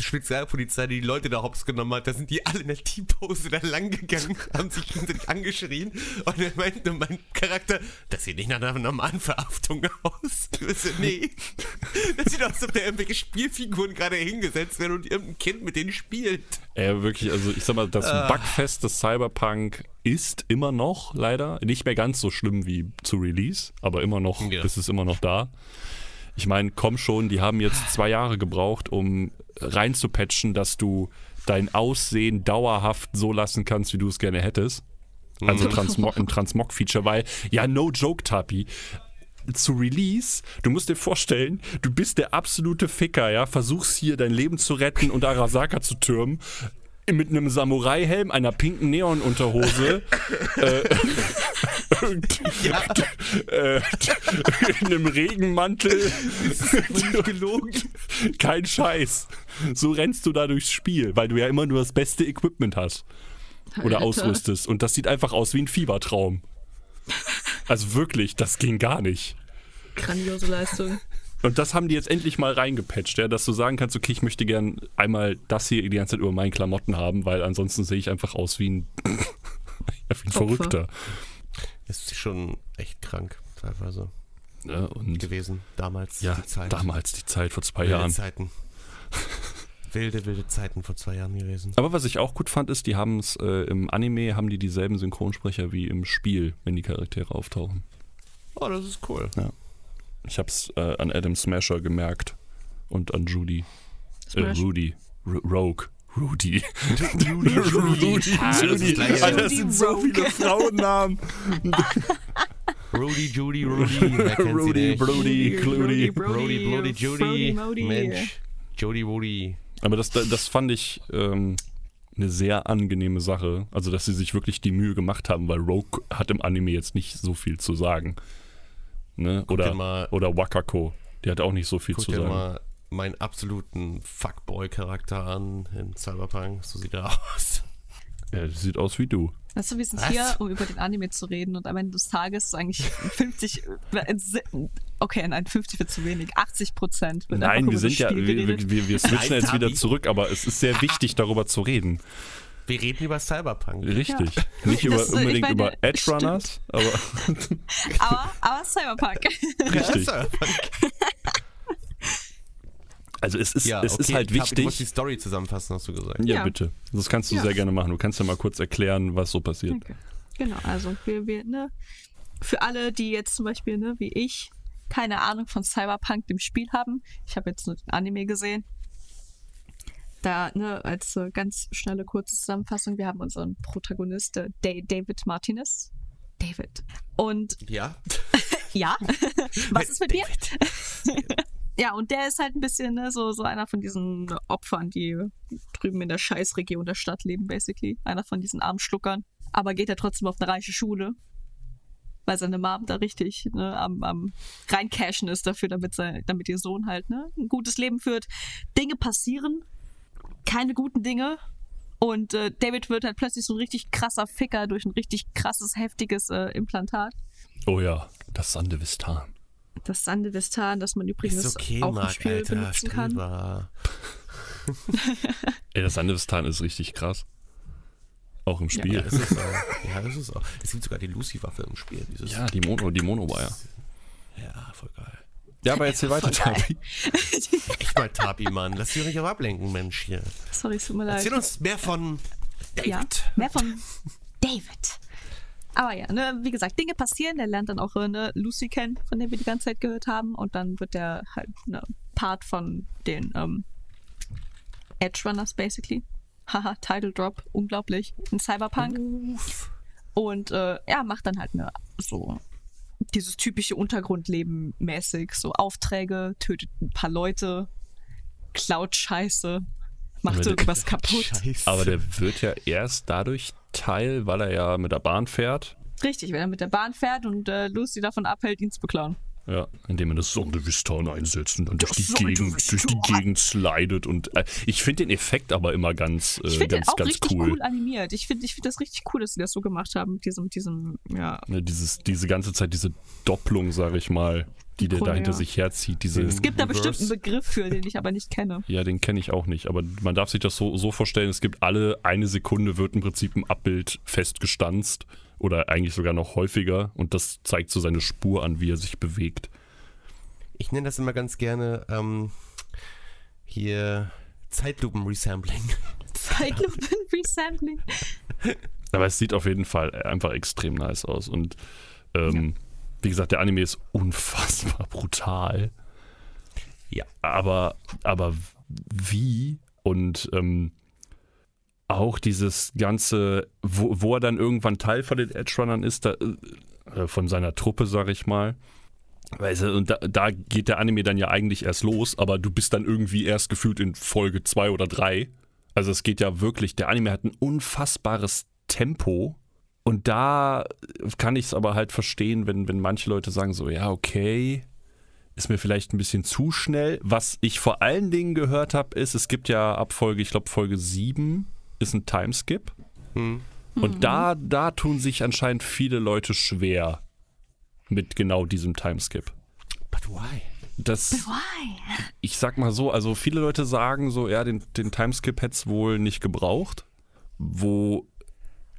Spezialpolizei, die die Leute da hops genommen hat, da sind die alle in der T-Pose da lang gegangen, haben sich gegenseitig angeschrien und er meinte mein Charakter, das sieht nicht nach einer normalen Verhaftung aus. Ich so, nee. Das sieht aus, als ob da irgendwelche Spielfiguren gerade hingesetzt werden und irgendein Kind mit denen spielt. Ey, wirklich, also ich sag mal, das Bugfest des Cyberpunk ist immer noch leider nicht mehr ganz so schlimm wie zu Release, aber immer noch, Ja. ist es immer noch da. Ich meine, komm schon, die haben jetzt zwei Jahre gebraucht, um reinzupatchen, dass du dein Aussehen dauerhaft so lassen kannst, wie du es gerne hättest. Also Transmo ein Transmog-Feature, weil, ja, no joke, Tapi. Zu Release, du musst dir vorstellen, du bist der absolute Ficker, ja, versuchst hier dein Leben zu retten und Arasaka zu türmen. Mit einem Samurai-Helm, einer pinken Neon-Unterhose, äh, und, äh, in einem Regenmantel. gelogen. Kein Scheiß. So rennst du da durchs Spiel, weil du ja immer nur das beste Equipment hast oder Alter. ausrüstest. Und das sieht einfach aus wie ein Fiebertraum. Also wirklich, das ging gar nicht. Grandiose Leistung. Und das haben die jetzt endlich mal reingepatcht, ja, dass du sagen kannst, okay, ich möchte gern einmal das hier die ganze Zeit über meinen Klamotten haben, weil ansonsten sehe ich einfach aus wie ein, ja, wie ein Opfer. Verrückter. Das ist schon echt krank teilweise Ja, ne? und gewesen damals, ja, die Zeit. damals die Zeit vor zwei Wilde Jahren. Zeiten. Wilde, wilde Zeiten vor zwei Jahren gewesen. Aber was ich auch gut fand, ist, die haben es äh, im Anime haben die dieselben Synchronsprecher wie im Spiel, wenn die Charaktere auftauchen. Oh, das ist cool. Ich hab's äh, an Adam Smasher gemerkt und an Judy. Äh, Smash. Rudy. R Rogue. Rudy. Judy, Judy. Ah, das ist Judy. gleich. Alter, das sind so Rogue. viele Frauennamen. Rudy, Judy, Rudy, wer kennt sie Rudy, nicht? Brody, Cludy. Brody, Brody, Judy, Mensch, Jody, Woody. Aber das, das fand ich ähm, eine sehr angenehme Sache. Also, dass sie sich wirklich die Mühe gemacht haben, weil Rogue hat im Anime jetzt nicht so viel zu sagen. Ne? dir Oder, mal- oder Wakako. Die hat auch nicht so viel Guck zu dir sagen. mal meinen absoluten Fuckboy-Charakter an in Cyberpunk, so sieht er aus. Ja, das sieht aus wie du. Weißt du, wir sind Was? hier, um über den Anime zu reden und am Ende des Tages ist eigentlich 50, äh, okay, nein, 50 wird zu wenig, 80 Prozent. wird einfach Nein, über wir das sind ja, Spiel wir, geredet. wir, wir, wir switchen Nein, jetzt wieder Tabi. zurück, aber es ist sehr wichtig, darüber zu reden. Wir reden über Cyberpunk. Richtig. Nicht über, Das, äh, ich unbedingt meine, über Edge Runners, aber Aber, aber Cyberpunk. richtig. Cyberpunk. Also es ist, Ja, es ist okay, halt Kapi, Du musst die wichtig. Story zusammenfassen, hast du gesagt. Ja, Ja. bitte. Das kannst du Ja. sehr gerne machen. Du kannst ja mal kurz erklären, was so passiert. Danke. Genau, also wir, wir, ne, für alle, die jetzt zum Beispiel, ne, wie ich, keine Ahnung von Cyberpunk, dem Spiel haben, ich habe jetzt nur den Anime gesehen. Da, ne, als äh, ganz schnelle, kurze Zusammenfassung, wir haben unseren Protagonist, äh, Da- David Martinez. David. Und Ja. ja, was ist mit dir? ja, und der ist halt ein bisschen ne, so, so einer von diesen Opfern, die drüben in der Scheißregion der Stadt leben, basically. Einer von diesen Armschluckern. Aber geht ja trotzdem auf eine reiche Schule. Weil seine Mom da richtig ne, am, am reincashen ist dafür, damit, sein, damit ihr Sohn halt ne, ein gutes Leben führt. Dinge passieren, keine guten Dinge. Und äh, David wird halt plötzlich so ein richtig krasser Ficker durch ein richtig krasses, heftiges äh, Implantat. Oh ja, das Sandevistan. Das Sandevistan, das man übrigens Ist okay, auch im Marc, Spiel Alter. benutzen kann. Streber. Ey, das Sandevistan ist richtig krass. Auch im Spiel. Ja, ist es auch. Ja, ist es auch. Es gibt sogar die Lucy-Waffe im Spiel. Dieses Ja, die Mono, die Monowire. ja, voll geil. Ja, aber erzähl weiter, Tabi. Echt mal Tapi, Mann. Lass dich doch nicht auch ablenken, Mensch hier. Sorry, es tut mir leid. Erzähl uns mehr von David. Ja, mehr von David. Aber ja, ne, wie gesagt, Dinge passieren. Der lernt dann auch äh, ne, Lucy kennen, von der wir die ganze Zeit gehört haben. Und dann wird der halt ne, Part von den ähm, Edge Runners, basically. Haha, Title Drop, unglaublich. In Cyberpunk. Und äh, er macht dann halt ne, so dieses typische Untergrundleben mäßig. So Aufträge, tötet ein paar Leute, klaut Scheiße, macht Wenn- irgendwas kaputt. Scheiße. Aber der wird ja erst dadurch Teil, weil er ja mit der Bahn fährt. Richtig, wenn er mit der Bahn fährt und äh, Lucy davon abhält, ihn zu beklauen. Ja, indem er das Sondevistan einsetzt und dann durch die, Das Gegend, durch die Sondevistan. Gegend slidet. Und äh, ich finde den Effekt aber immer ganz, Ich äh, finde den ganz, auch ganz richtig cool. cool, animiert. Ich finde ich find das richtig cool, dass sie das so gemacht haben mit diesem, mit diesem ja, Ne, Dieses, diese ganze Zeit, diese Doppelung, sage ich mal, die der Grunde, da hinter ja. sich herzieht. Diese, Es gibt da bestimmt einen Begriff für, den ich aber nicht kenne. ja, den kenne ich auch nicht. Aber man darf sich das so, so vorstellen, es gibt alle eine Sekunde wird im Prinzip ein Abbild festgestanzt. Oder eigentlich sogar noch häufiger. Und das zeigt so seine Spur an, wie er sich bewegt. Ich nenne das immer ganz gerne ähm, hier Zeitlupen-Resampling. Zeitlupen Resampling. Aber es sieht auf jeden Fall einfach extrem nice aus. Und ähm, wie gesagt, der Anime ist unfassbar brutal. Ja. Aber, aber wie und ähm, auch dieses ganze, wo, wo er dann irgendwann Teil von den Edge Runnern ist, da, äh, von seiner Truppe, sag ich mal. Weißt du, und da, da geht der Anime dann ja eigentlich erst los, aber du bist dann irgendwie erst gefühlt in Folge 2 oder 3. Also es geht ja wirklich, der Anime hat ein unfassbares Tempo. Und da kann ich es aber halt verstehen, wenn, wenn manche Leute sagen so, ja, okay, ist mir vielleicht ein bisschen zu schnell. Was ich vor allen Dingen gehört habe, ist, es gibt ja ab Folge, ich glaube Folge 7 ist ein Timeskip. Und da, da tun sich anscheinend viele Leute schwer mit genau diesem Timeskip. But why? Das, Why? ich sag mal so, also viele Leute sagen so, ja, den, den Timeskip hätte es wohl nicht gebraucht. Wo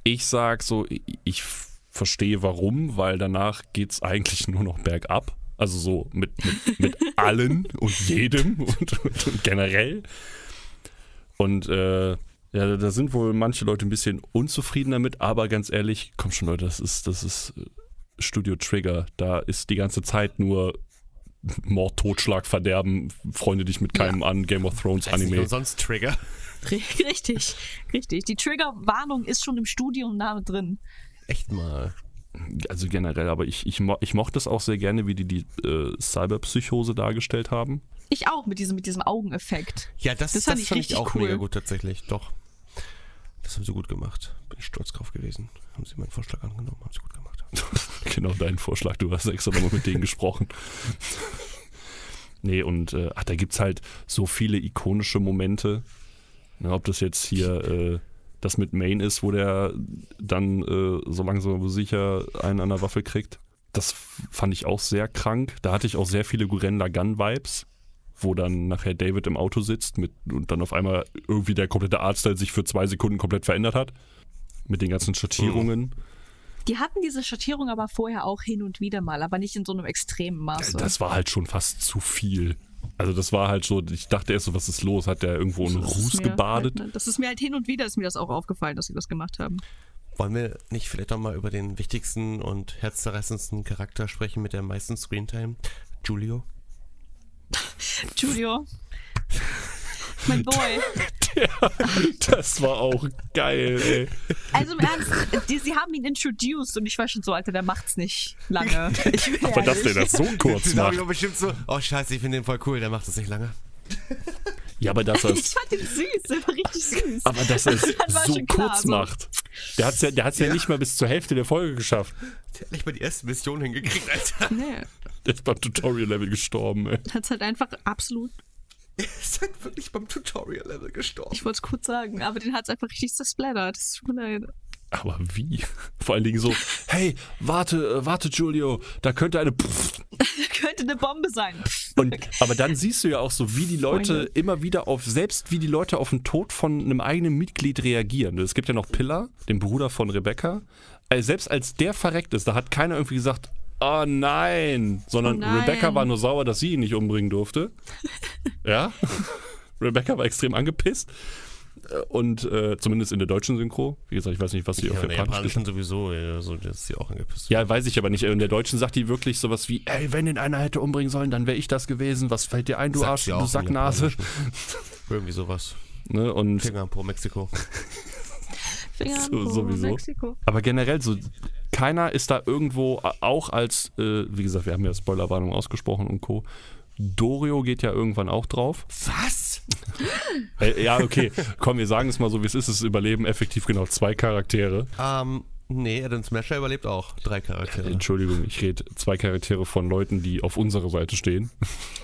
ich sag so, ich- ich verstehe warum, weil danach geht's eigentlich nur noch bergab. Also so mit, mit, mit allen und jedem und, und, und generell. Und äh, ja, da sind wohl manche Leute ein bisschen unzufrieden damit, aber ganz ehrlich, komm schon Leute, das ist, das ist äh, Studio Trigger. Da ist die ganze Zeit nur Mord, Totschlag, Verderben, freunde dich mit keinem an, Game of Thrones Heißt nicht Anime. umsonst Trigger. Richtig, richtig. Die Triggerwarnung ist schon im Studiumnamen drin. Echt mal. Also generell, aber ich, ich, mo ich mochte es auch sehr gerne, wie die die äh, Cyberpsychose dargestellt haben. Ich auch mit diesem, mit diesem Augeneffekt. Ja, das, Das das, fand fand, ich ich richtig auch cool. mega gut tatsächlich. Doch. Das haben sie gut gemacht. Bin ich stolz drauf gewesen. Haben sie meinen Vorschlag angenommen, haben sie gut gemacht. Genau dein Vorschlag, du hast extra nochmal mit denen gesprochen. Nee, und äh, ach, da gibt es halt so viele ikonische Momente. Ja, ob das jetzt hier äh, das mit Main ist, wo der dann äh, so langsam aber sicher einen an der Waffe kriegt. Das f- fand ich auch sehr krank. Da hatte ich auch sehr viele Guren Lagann-Vibes, wo dann nachher David im Auto sitzt mit, und dann auf einmal irgendwie der komplette Artstyle sich für zwei Sekunden komplett verändert hat. Mit den ganzen Schattierungen. Die hatten diese Schattierung aber vorher auch hin und wieder mal, aber nicht in so einem extremen Maße. Das war halt schon fast zu viel. Also das war halt so, ich dachte erst so, was ist los? Hat der irgendwo in Das ist Ruß mir- gebadet? Das ist mir halt hin und wieder ist mir das auch aufgefallen, dass sie das gemacht haben. Wollen wir nicht vielleicht auch mal über den wichtigsten und herzzerreißendsten Charakter sprechen mit der meisten Screentime? Julio? Julio. Mein Boy. Das war auch geil, ey. Also im Ernst, die, sie haben ihn introduced und ich war schon so, Alter, der macht's nicht lange. Ich bin Aber dass der ehrlich. das so kurz Da hab ich macht. auch bestimmt so, oh scheiße, ich finde den voll cool, der macht das nicht lange. Ja, aber dass er Ich es, fand ihn süß, der war richtig süß. aber dass er es Dann war so schon klar, kurz so. macht. Der hat es ja, der hat's ja. nicht mal bis zur Hälfte der Folge geschafft. Der hat nicht mal die erste Mission hingekriegt, Alter. Nee, Der ist beim Tutorial-Level gestorben, ey. hat's halt einfach absolut Er ist halt wirklich beim Tutorial-Level gestorben. Ich wollte es kurz sagen, aber den hat es einfach richtig zersplattert. Das tut mir leid. Aber wie? Vor allen Dingen so, hey, warte, äh, warte, Giulio, da könnte eine. Könnte eine Bombe sein. Pff. Und, aber dann siehst du ja auch so, wie die Leute immer wieder auf, selbst wie die Leute auf den Tod von einem eigenen Mitglied reagieren. Es gibt ja noch Pillar, den Bruder von Rebecca. Äh, selbst als der verreckt ist, da hat keiner irgendwie gesagt, oh nein, sondern Oh nein. Rebecca war nur sauer, dass sie ihn nicht umbringen durfte. ja. Rebecca war extrem angepisst. Äh, Und äh, zumindest in der deutschen Synchro. Wie gesagt, ich weiß nicht, was sie auf in der Japanisch gesagt japanischen sowieso, ja, so, das ist sie auch angepisst. ja, weiß ich aber nicht. In der Deutschen sagt die wirklich sowas wie, ey, wenn den einer hätte umbringen sollen, dann wäre ich das gewesen. Was fällt dir ein, du Sagt Arsch, sie du auch im Sacknase? Irgendwie sowas. Ne? Und, Finger am Po Mexiko. Finger So- so, sowieso. Mexiko. aber generell so, keiner ist da irgendwo, a- auch als, äh, wie gesagt, wir haben ja Spoilerwarnung ausgesprochen und Co., Dorio geht ja irgendwann auch drauf. Was? Äh, ja, okay, komm, wir sagen es mal so, wie es ist. Es überleben effektiv genau zwei Charaktere. Ähm, nee, Adam Smasher überlebt auch. Drei Charaktere. Entschuldigung, ich rede zwei Charaktere von Leuten, die auf unserer Seite stehen.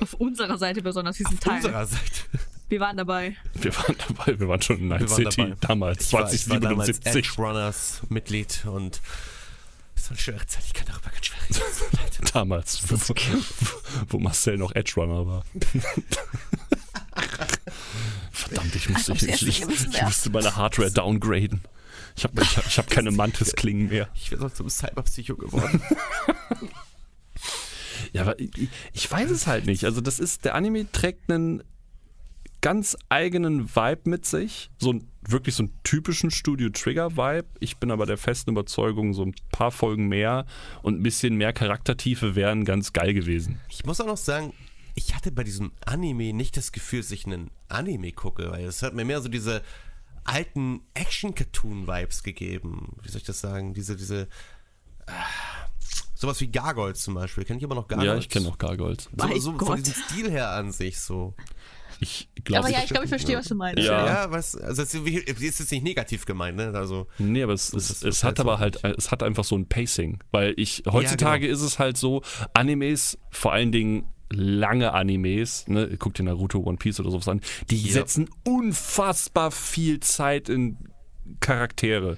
Auf unserer Seite besonders, wir sind Teil. Unsererseits. Wir waren dabei. Wir waren dabei, wir waren schon in Night waren City dabei. damals, Ich war- ich war damals 2077. Edge Runners Mitglied und es war eine schwere Zeit. Ich kann darüber ganz schwer reden. Es tut mir leid. Damals, wo, wo Marcel noch Edge Runner war. Verdammt, ich musste, Als ob ich, sie ich, erst gewesen ich wäre. musste meine Hardware downgraden. Ich habe ich hab, ich hab keine Mantis-Klingen mehr. Ich wäre sonst zum Cyberpsycho geworden. Ja, aber ich, ich weiß es halt nicht. Also, das ist, der Anime trägt einen ganz eigenen Vibe mit sich. So ein, wirklich so einen typischen Studio-Trigger-Vibe. Ich bin aber der festen Überzeugung, so ein paar Folgen mehr und ein bisschen mehr Charaktertiefe wären ganz geil gewesen. Ich muss auch noch sagen, ich hatte bei diesem Anime nicht das Gefühl, dass ich einen Anime gucke, weil es hat mir mehr so diese alten Action-Cartoon-Vibes gegeben. Wie soll ich das sagen? Diese, diese. ah, Sowas wie Gargoyles zum Beispiel. Kenne ich immer noch Gargoyles? Ja, ich kenne auch Gargoyles. So, Mein so Gott. von diesem Stil her an sich so. Ich glaube, aber ja, ich glaube, ich verstehe, was du meinst. Ja. Ja, was, also es ist jetzt nicht negativ gemeint, ne? Also, Nee, aber es, es, ist es halt hat so aber halt, es hat einfach so ein Pacing. Weil ich, heutzutage genau. ist es halt so, Animes, vor allen Dingen lange Animes, ne, guck dir Naruto, One Piece oder sowas an, die setzen unfassbar viel Zeit in Charaktere.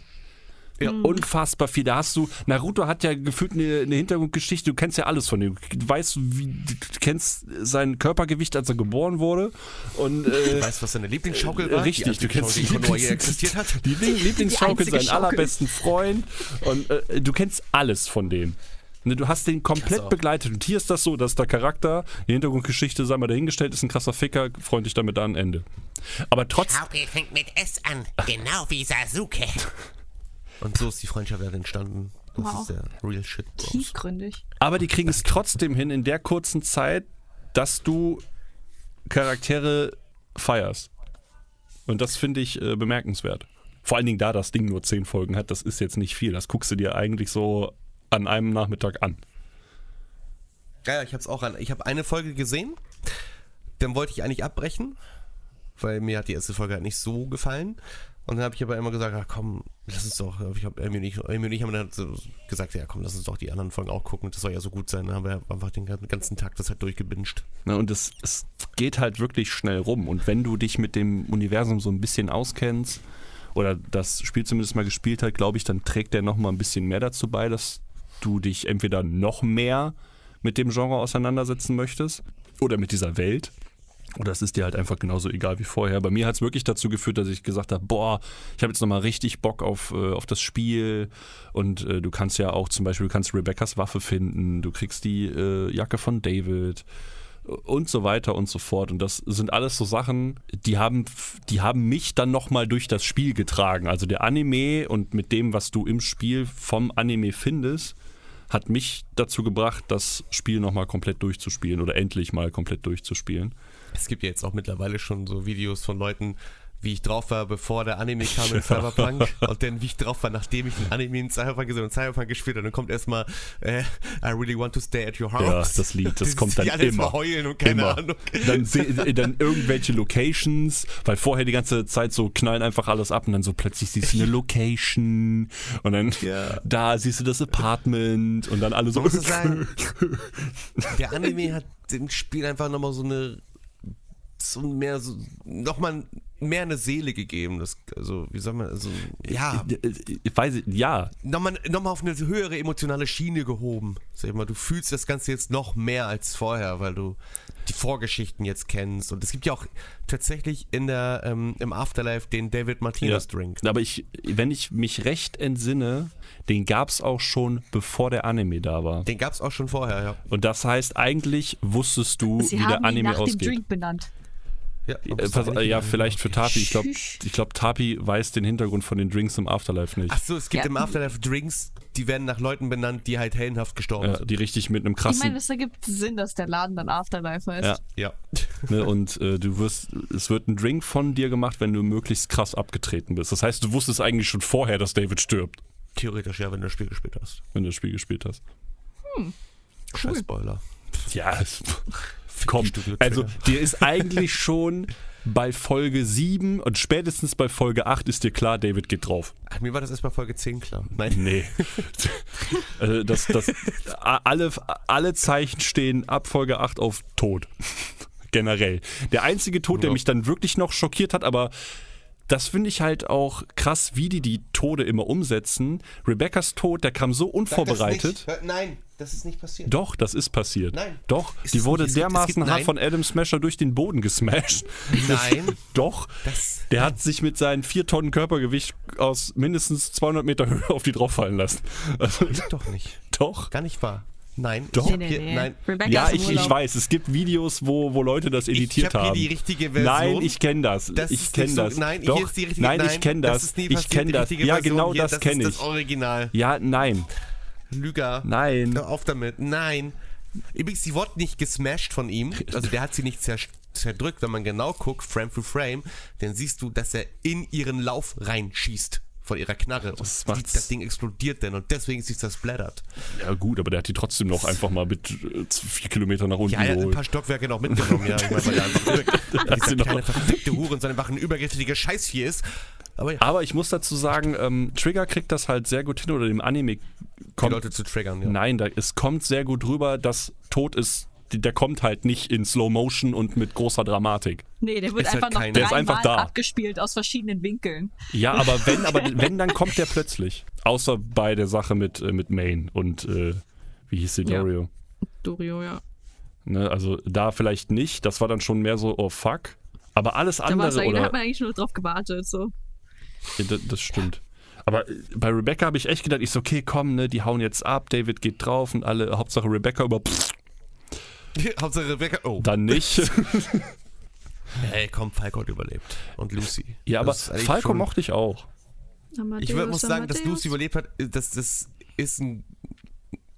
Ja. Unfassbar viel. Da hast du, Naruto hat ja gefühlt eine, eine Hintergrundgeschichte, du kennst ja alles von ihm. Du weißt, wie, du kennst sein Körpergewicht, als er geboren wurde. Und äh, weißt was deine Lieblingsschaukel äh, war? Richtig, du kennst die die Konrad hier existiert hat. Die Lie- Lieblingsschaukel, Die einzige seinen Schaukel. allerbesten Freund. Und äh, du kennst alles von dem. Ne, Du hast den Also. komplett begleitet. Und hier ist das so, dass der Charakter, die Hintergrundgeschichte, sei mal dahingestellt, ist ein krasser Ficker, freut dich damit an, Ende. Aber trotz, Hauke fängt mit S an, genau wie Sasuke. Und so ist die Freundschaft halt entstanden. Das Wow. ist der Real Shit. Bros. Tiefgründig. aber die kriegen es trotzdem hin, in der kurzen Zeit, dass du Charaktere feierst. Und das finde ich äh, bemerkenswert. Vor allen Dingen, da das Ding nur zehn Folgen hat, das ist jetzt nicht viel. Das guckst du dir eigentlich so an einem Nachmittag an. Ja, ja, ich hab's auch an. Ich habe eine Folge gesehen, dann wollte ich eigentlich abbrechen, weil mir hat die erste Folge halt nicht so gefallen. Und dann habe ich aber immer gesagt, ja komm, lass uns doch, ich habe Emmy und ich, Emmy und ich haben dann so gesagt, ja komm, lass uns doch die anderen Folgen auch gucken, das soll ja so gut sein. Dann haben wir einfach den ganzen Tag das halt durchgebinscht. Ne, und es, es geht halt wirklich schnell rum. Und wenn du dich mit dem Universum so ein bisschen auskennst oder das Spiel zumindest mal gespielt hat, glaube ich, dann trägt der nochmal ein bisschen mehr dazu bei, dass du dich entweder noch mehr mit dem Genre auseinandersetzen möchtest oder mit dieser Welt. Oder es ist dir halt einfach genauso egal wie vorher. Bei mir hat es wirklich dazu geführt, dass ich gesagt habe, boah, ich habe jetzt nochmal richtig Bock auf, äh, auf das Spiel. Und äh, du kannst ja auch zum Beispiel, du kannst Rebeccas Waffe finden, du kriegst die äh, Jacke von David und so weiter und so fort. Und das sind alles so Sachen, die haben, die haben mich dann nochmal durch das Spiel getragen. Also der Anime und mit dem, was du im Spiel vom Anime findest, hat mich dazu gebracht, das Spiel nochmal komplett durchzuspielen oder endlich mal komplett durchzuspielen. Es gibt ja jetzt auch mittlerweile schon so Videos von Leuten, wie ich drauf war, bevor der Anime kam in Cyberpunk und dann wie ich drauf war, nachdem ich den Anime in Cyberpunk gesehen und Cyberpunk gespielt habe. Dann kommt erstmal äh, I really want to stay at your house. Ja, das Lied, das kommt dann die alle immer. erstmal heulen und keine Immer. Ahnung. Dann, se- dann irgendwelche Locations, weil vorher die ganze Zeit so knallen einfach alles ab und dann so plötzlich siehst du eine Location und dann Ja. da siehst du das Apartment und dann alle so. Man muss es sagen, der Anime hat dem Spiel einfach nochmal so eine Herz und mehr so, nochmal mehr eine Seele gegeben. Das, also, wie soll man, also, ja, Ich weiß, ich- ja, nochmal noch mal auf eine höhere emotionale Schiene gehoben. Sag ich mal, du fühlst das Ganze jetzt noch mehr als vorher, weil du die Vorgeschichten jetzt kennst. Und es gibt ja auch tatsächlich in der, ähm, im Afterlife den David Martinez Drink. Aber ich, wenn ich mich recht entsinne, den gab es auch schon, bevor der Anime da war. Den gab es auch schon vorher, ja. Und das heißt, eigentlich wusstest du, Sie wie haben der ihn Anime nach dem ausgeht. Drink benannt. Ja, Äh, pass, äh, ja, vielleicht für Tapi. Ich glaube, Tschüss. ich glaub, Tapi weiß den Hintergrund von den Drinks im Afterlife nicht. Achso, es gibt Ja. im Afterlife Drinks, die werden nach Leuten benannt, die halt hellenhaft gestorben Ja, sind. die richtig mit einem Ich meine, krassen. es ergibt Sinn, dass der Laden dann Afterlife heißt. Ja. Ja. ne, und äh, du wirst, es wird ein Drink von dir gemacht, wenn du möglichst krass abgetreten bist. Das heißt, du wusstest eigentlich schon vorher, dass David stirbt, Theoretisch ja, wenn du das Spiel gespielt hast. wenn du das Spiel gespielt hast. Scheiß Spoiler. Ja, es- komm. Studio Trigger. Also, dir ist eigentlich schon bei Folge 7 und spätestens bei Folge 8 ist dir klar, David geht drauf. Ach, mir war das erst bei Folge 10 klar. Nein. Nee. also, das, das, a- alle, alle Zeichen stehen ab Folge 8 auf Tod. Generell. Der einzige Tod, der Ja. mich dann wirklich noch schockiert hat, aber das finde ich halt auch krass, wie die die Tode immer umsetzen. Rebecca's Tod, der kam so unvorbereitet. nein, das ist nicht passiert. Doch, das ist passiert. Nein. Doch, Ist die es wurde nicht. Es gibt- es dermaßen gibt- hart nein. von Adam Smasher durch den Boden gesmashed. Nein. Doch. Das- der hat sich mit seinen vier Tonnen Körpergewicht aus mindestens 200 Meter Höhe auf die drauf fallen lassen. Also, Doch nicht. doch. Gar nicht wahr. Nein. Doch. Ich Nee, hab nee, hier, nee. Nein. Rebecca Ja, ist im ich, ich Urlaub. weiß, es gibt Videos, wo, wo Leute das editiert hab hier haben. die richtige Version. Nein, ich kenne das. Das ich ist kenne nicht so- das. Nein, Doch. hier ist die richtige Nein, ich nein, kenne Das das. ist nie ich passiert, kenne die das. richtige Ja, Version genau hier, das kenne Das ich. ist das Original. Ja, nein. Lüger. Nein. Hör auf damit. Nein. Übrigens, die wurde nicht gesmashed von ihm. Also der hat sie nicht zer zerdrückt. Wenn man genau guckt, Frame für Frame, dann siehst du, dass er in ihren Lauf reinschießt. Von ihrer Knarre. Und Das die- macht's- das Ding explodiert dann und deswegen ist sie zersplattert. Ja, gut, aber der hat die trotzdem noch einfach mal mit äh, vier Kilometer nach unten Ja, er hat ein geholt. paar Stockwerke noch mitgenommen, ja. Ich meine, weil er einfach sie diese noch- kleine verfickte Hure und seine wachen übergriffige Scheiß hier ist. Aber ja, Aber ich muss dazu sagen, ähm, Trigger kriegt das halt sehr gut hin oder dem Anime die kommt. Leute zu triggern, ja. Nein, da, es kommt sehr gut rüber, dass Tod ist. Der kommt halt nicht in Slow Motion und mit großer Dramatik. Nee, der wird Ist halt einfach noch keine- Der ist dreimal einfach da. abgespielt aus verschiedenen Winkeln. Ja, aber wenn, aber wenn, dann kommt der plötzlich. Außer bei der Sache mit, äh, mit Maine und äh, wie hieß sie, Ja. Dorio. Dorio, ja. Ne, also da vielleicht nicht. Das war dann schon mehr so, oh fuck. Aber alles Da, war's andere eigentlich- da oder. hat man eigentlich nur drauf gewartet. So. Ja, da- Das stimmt. Aber äh, bei Rebecca habe ich echt gedacht, ich so, okay, komm, ne, die hauen jetzt ab, David geht drauf und alle, Hauptsache Rebecca über Hauptsache Rebecca, oh. dann nicht. Hey, komm, Falco hat überlebt. Und Lucy. ja, aber Das ist eigentlich Falco schon- mochte ich auch. Ich würd- muss sagen, dass Amadeus. Lucy überlebt hat, äh, das, das ist ein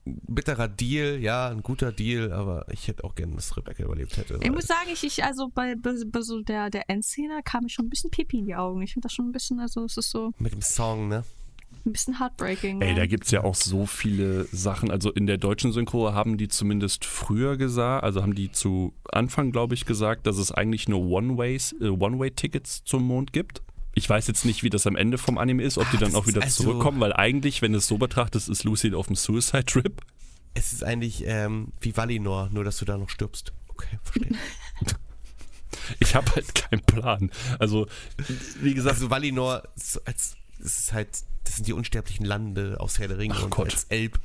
bitterer Deal, ja, ein guter Deal, aber ich hätte auch gern, dass Rebecca überlebt hätte. Ich muss sagen, ich, ich also bei, bei, bei so der, der Endszene kam mir schon ein bisschen Pipi in die Augen. Ich finde das schon ein bisschen, also es ist so Mit dem Song, ne? ein bisschen heartbreaking. Ey, ja. da gibt's ja auch so viele Sachen. Also in der deutschen Synchro haben die zumindest früher gesagt, also haben die zu Anfang, glaube ich, gesagt, dass es eigentlich nur One-Ways, äh, One-Way-Tickets zum Mond gibt. Ich weiß jetzt nicht, wie das am Ende vom Anime ist, ob die Ah, dann das auch ist wieder also- zurückkommen, weil eigentlich, wenn du es so betrachtest, ist Lucy auf dem Suicide-Trip. Es ist eigentlich ähm, wie Valinor, nur dass du da noch stirbst. Okay, verstehe. Ich habe halt keinen Plan. Also, wie gesagt, Also Valinor, so als, es ist halt, das sind die unsterblichen Lande aus Herr der Ringe Ach und Gott. als Elb,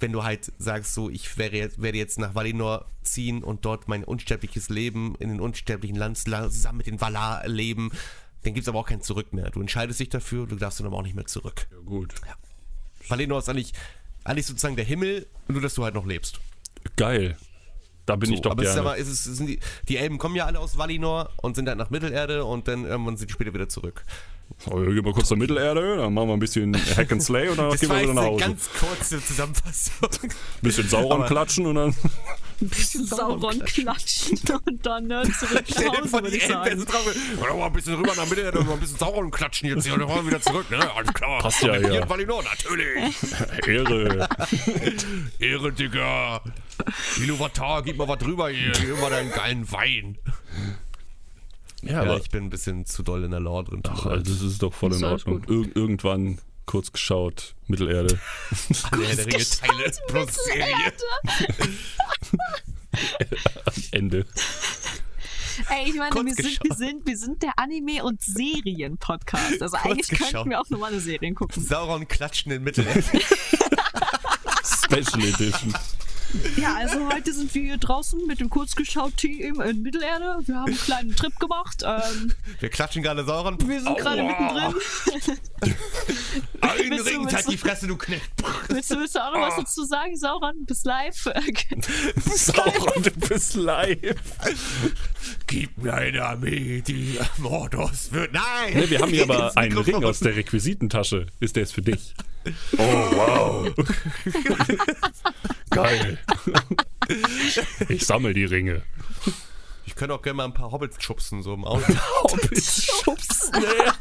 wenn du halt sagst, so, ich wäre jetzt, werde jetzt nach Valinor ziehen und dort mein unsterbliches Leben in den unsterblichen Land la- zusammen mit den Valar leben, dann gibt es aber auch kein Zurück mehr. Du entscheidest dich dafür, du darfst dann aber auch nicht mehr zurück. gut. Valinor ist eigentlich, eigentlich sozusagen der Himmel, nur dass du halt noch lebst. Geil. Da bin ich So, doch aber es ist gerne. aber, es ist, es sind die, die Elben kommen ja alle aus Valinor und sind dann nach Mittelerde und dann irgendwann sind die später wieder zurück. Oh, hier gehen wir kurz zur Mittelerde, dann machen wir ein bisschen Hack and Slay und dann Das gehen war wir wieder jetzt nach eine Hause. ganz kurze Zusammenfassung. Ein bisschen Sauron Aber- klatschen und dann. ein bisschen Sauron klatschen und dann ne, zurück Stell nach dir Hause, vor, würde die ich Elben werden sagen. so drauf. Wollen wir mal ein bisschen rüber nach Mitte, dann mal ein bisschen Sauron klatschen jetzt hier und dann wollen wir wieder zurück, ne? Alles klar. Passt ja, Hier ja. in Valinor, natürlich. Ehre. Ehre, Digga. Iluvatar, gib mal was drüber hier. Gib mal deinen geilen Wein. Ja, Ja, aber ich bin ein bisschen zu doll in der Lore drin. Ach, also das ist doch voll in alles Ordnung. gut. Irg irgendwann kurz geschaut, Mittelerde. Alle Herr der Ringe Teile plus Serie. Ende. Ey, ich meine, Kurz wir sind, geschaut. wir, sind, wir sind der Anime- und Serien-Podcast. Also eigentlich geschaut. könnten wir auch normale Serien gucken. Sauron klatschen in Mittel. Special Edition. Ja, also heute sind wir hier draußen mit dem Kurzgeschaut-Team in, in Mittelerde. Wir haben einen kleinen Trip gemacht. Ähm, Wir klatschen gerade Sauron. wir sind gerade mittendrin. Ein Willst du- Ring, willst halt du- die Fresse, du Knecht. Willst du, willst du auch noch was dazu sagen, Sauron? Bis live. Sauron, du bist live. Gib mir eine Armee, die Mordos wird. Nein! Ne, wir haben hier aber einen Mikrofon. Ring aus der Requisitentasche. Ist der jetzt für dich? Oh, wow. Geil. Ich sammel die Ringe. Ich könnte auch gerne mal ein paar Hobbits schubsen, so im Auto. Schubst, ne?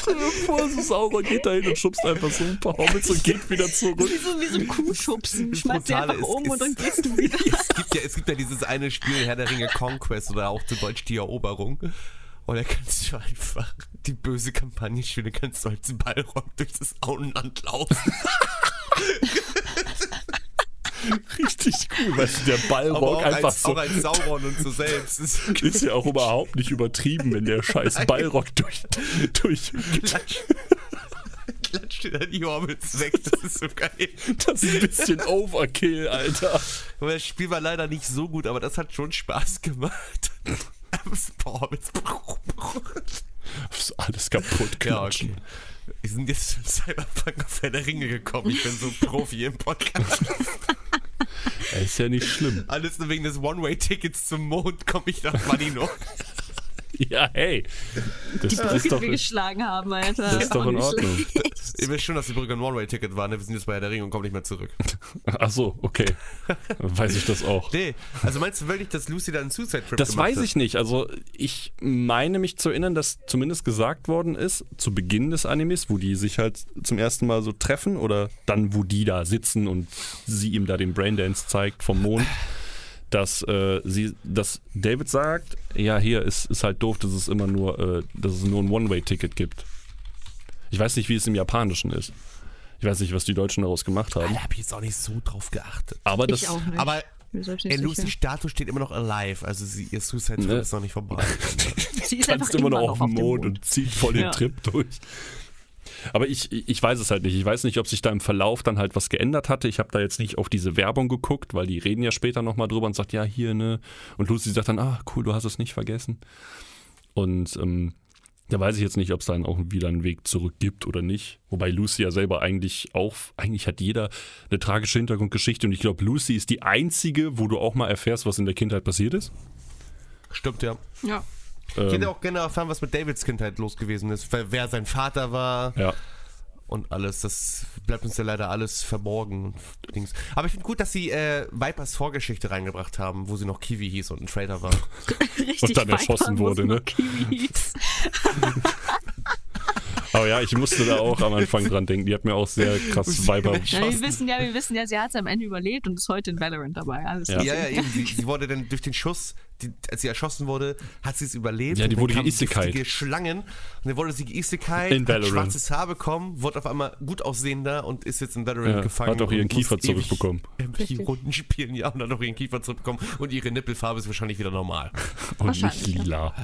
Stell dir vor, so Sauron geht da hin und schubst einfach so ein paar Hobbits und geht wieder zurück. Wie so, wie so ein Kuhschubsen. Schmeißt sie Brutale einfach ist- um ist- und dann gehst du wieder. es, gibt ja, es gibt ja dieses eine Spiel, Herr der Ringe Conquest oder auch zu Deutsch die Eroberung. Und da kannst du einfach die böse Kampagne spielen, da kannst du als Ballrock durch das Auenland laufen. Richtig cool, weil der Aber Ballrock auch einfach als, so auch als Sauron und so selbst. Es ist ist ja auch überhaupt nicht übertrieben, wenn der scheiß Ballrock durch, durch klatsch. Klatscht dir dann die Hobbits weg, das ist so geil. das ist ein bisschen Overkill, Alter. Aber das Spiel war leider nicht so gut, aber das hat schon Spaß gemacht. Aber es- Boah, Hobbits. Ist alles kaputt Ja, klatschen. okay. Wir sind jetzt von Cyberpunk auf Herr der Ringe gekommen. Ich bin so ein Profi im Podcast. Ey, Ist ja nicht schlimm. Alles nur wegen des One-Way-Tickets zum Mond komme ich nach Manino. Ja, hey. Das Brücke, ist die doch, wir geschlagen haben, Alter. das ist doch in Ordnung. Ihr wisst schon, dass die Brücke ein One-Way-Ticket war. Ne? Wir sind jetzt bei Herr der Ringe und kommen nicht mehr zurück. Ach so, okay. Weiß ich das auch. Nee, also meinst du wirklich, dass Lucy da einen Suicide-Trip Das gemacht weiß ich nicht. Also ich meine mich zu erinnern, dass zumindest gesagt worden ist, zu Beginn des Animes, wo die sich halt zum ersten Mal so treffen oder dann, wo die da sitzen und sie ihm da den Braindance zeigt vom Mond, dass äh, sie, dass David sagt, ja hier ist, ist halt doof, dass es immer nur, äh, dass es nur ein One-Way-Ticket gibt. Ich weiß nicht, wie es im Japanischen ist. Ich weiß nicht, was die Deutschen daraus gemacht haben. Da habe ich jetzt auch nicht so drauf geachtet. Aber das, Ich auch nicht. Aber Mir ist selbst nicht in Lucy's sicher. Statue steht immer noch alive. Also sie, ihr Suicide-Trip Ne. ist noch nicht vorbei. Sie ist einfach tanzt immer noch auf dem dem Mond und zieht voll den Ja. Trip durch. Aber ich, ich weiß es halt nicht. Ich weiß nicht, ob sich da im Verlauf dann halt was geändert hatte. Ich habe da jetzt nicht auf diese Werbung geguckt, weil die reden ja später nochmal drüber und sagt, ja, hier, ne? Und Lucy sagt dann, ah, cool, du hast es nicht vergessen. Und ähm, da weiß ich jetzt nicht, ob es dann auch wieder einen Weg zurück gibt oder nicht. Wobei Lucy ja selber eigentlich auch, eigentlich hat jeder eine tragische Hintergrundgeschichte und ich glaube, Lucy ist die einzige, wo du auch mal erfährst, was in der Kindheit passiert ist. Stimmt, ja. Ja. Ich hätte Ähm, auch gerne erfahren, was mit Davids Kindheit los gewesen ist. Wer, wer sein Vater war. ja. und alles. Das bleibt uns ja leider alles verborgen. und Dings. Aber ich finde gut, dass sie äh, Vipers Vorgeschichte reingebracht haben, wo sie noch Kiwi hieß und ein Traitor war. Richtig Und dann Viper erschossen muss wurde, nur ne? Kiwis. Aber Oh ja, ich musste da auch am Anfang dran denken. Die hat mir auch sehr krass Ja, Weiber. wir Erschossen. wissen ja, wir wissen ja, sie hat es am Ende überlebt und ist heute in Valorant dabei. Alles Ja. klar. Ja, ja, eben. Sie, sie wurde dann durch den Schuss, die, als sie erschossen wurde, hat sie es überlebt. Ja, die Und dann wurde kamen geistikeit. giftige Schlangen. Und dann wurde sie geistikeit, In hat Valorant. schwarzes Haar bekommen, wurde auf einmal gut aussehender und ist jetzt in Valorant Ja, gefangen. hat auch ihren und muss Kiefer ewig zurückbekommen. Die Runden spielen, ja, und hat auch ihren Kiefer zurückbekommen. Und ihre Nippelfarbe ist wahrscheinlich wieder normal. Und nicht Wahrscheinlich, ja. lila.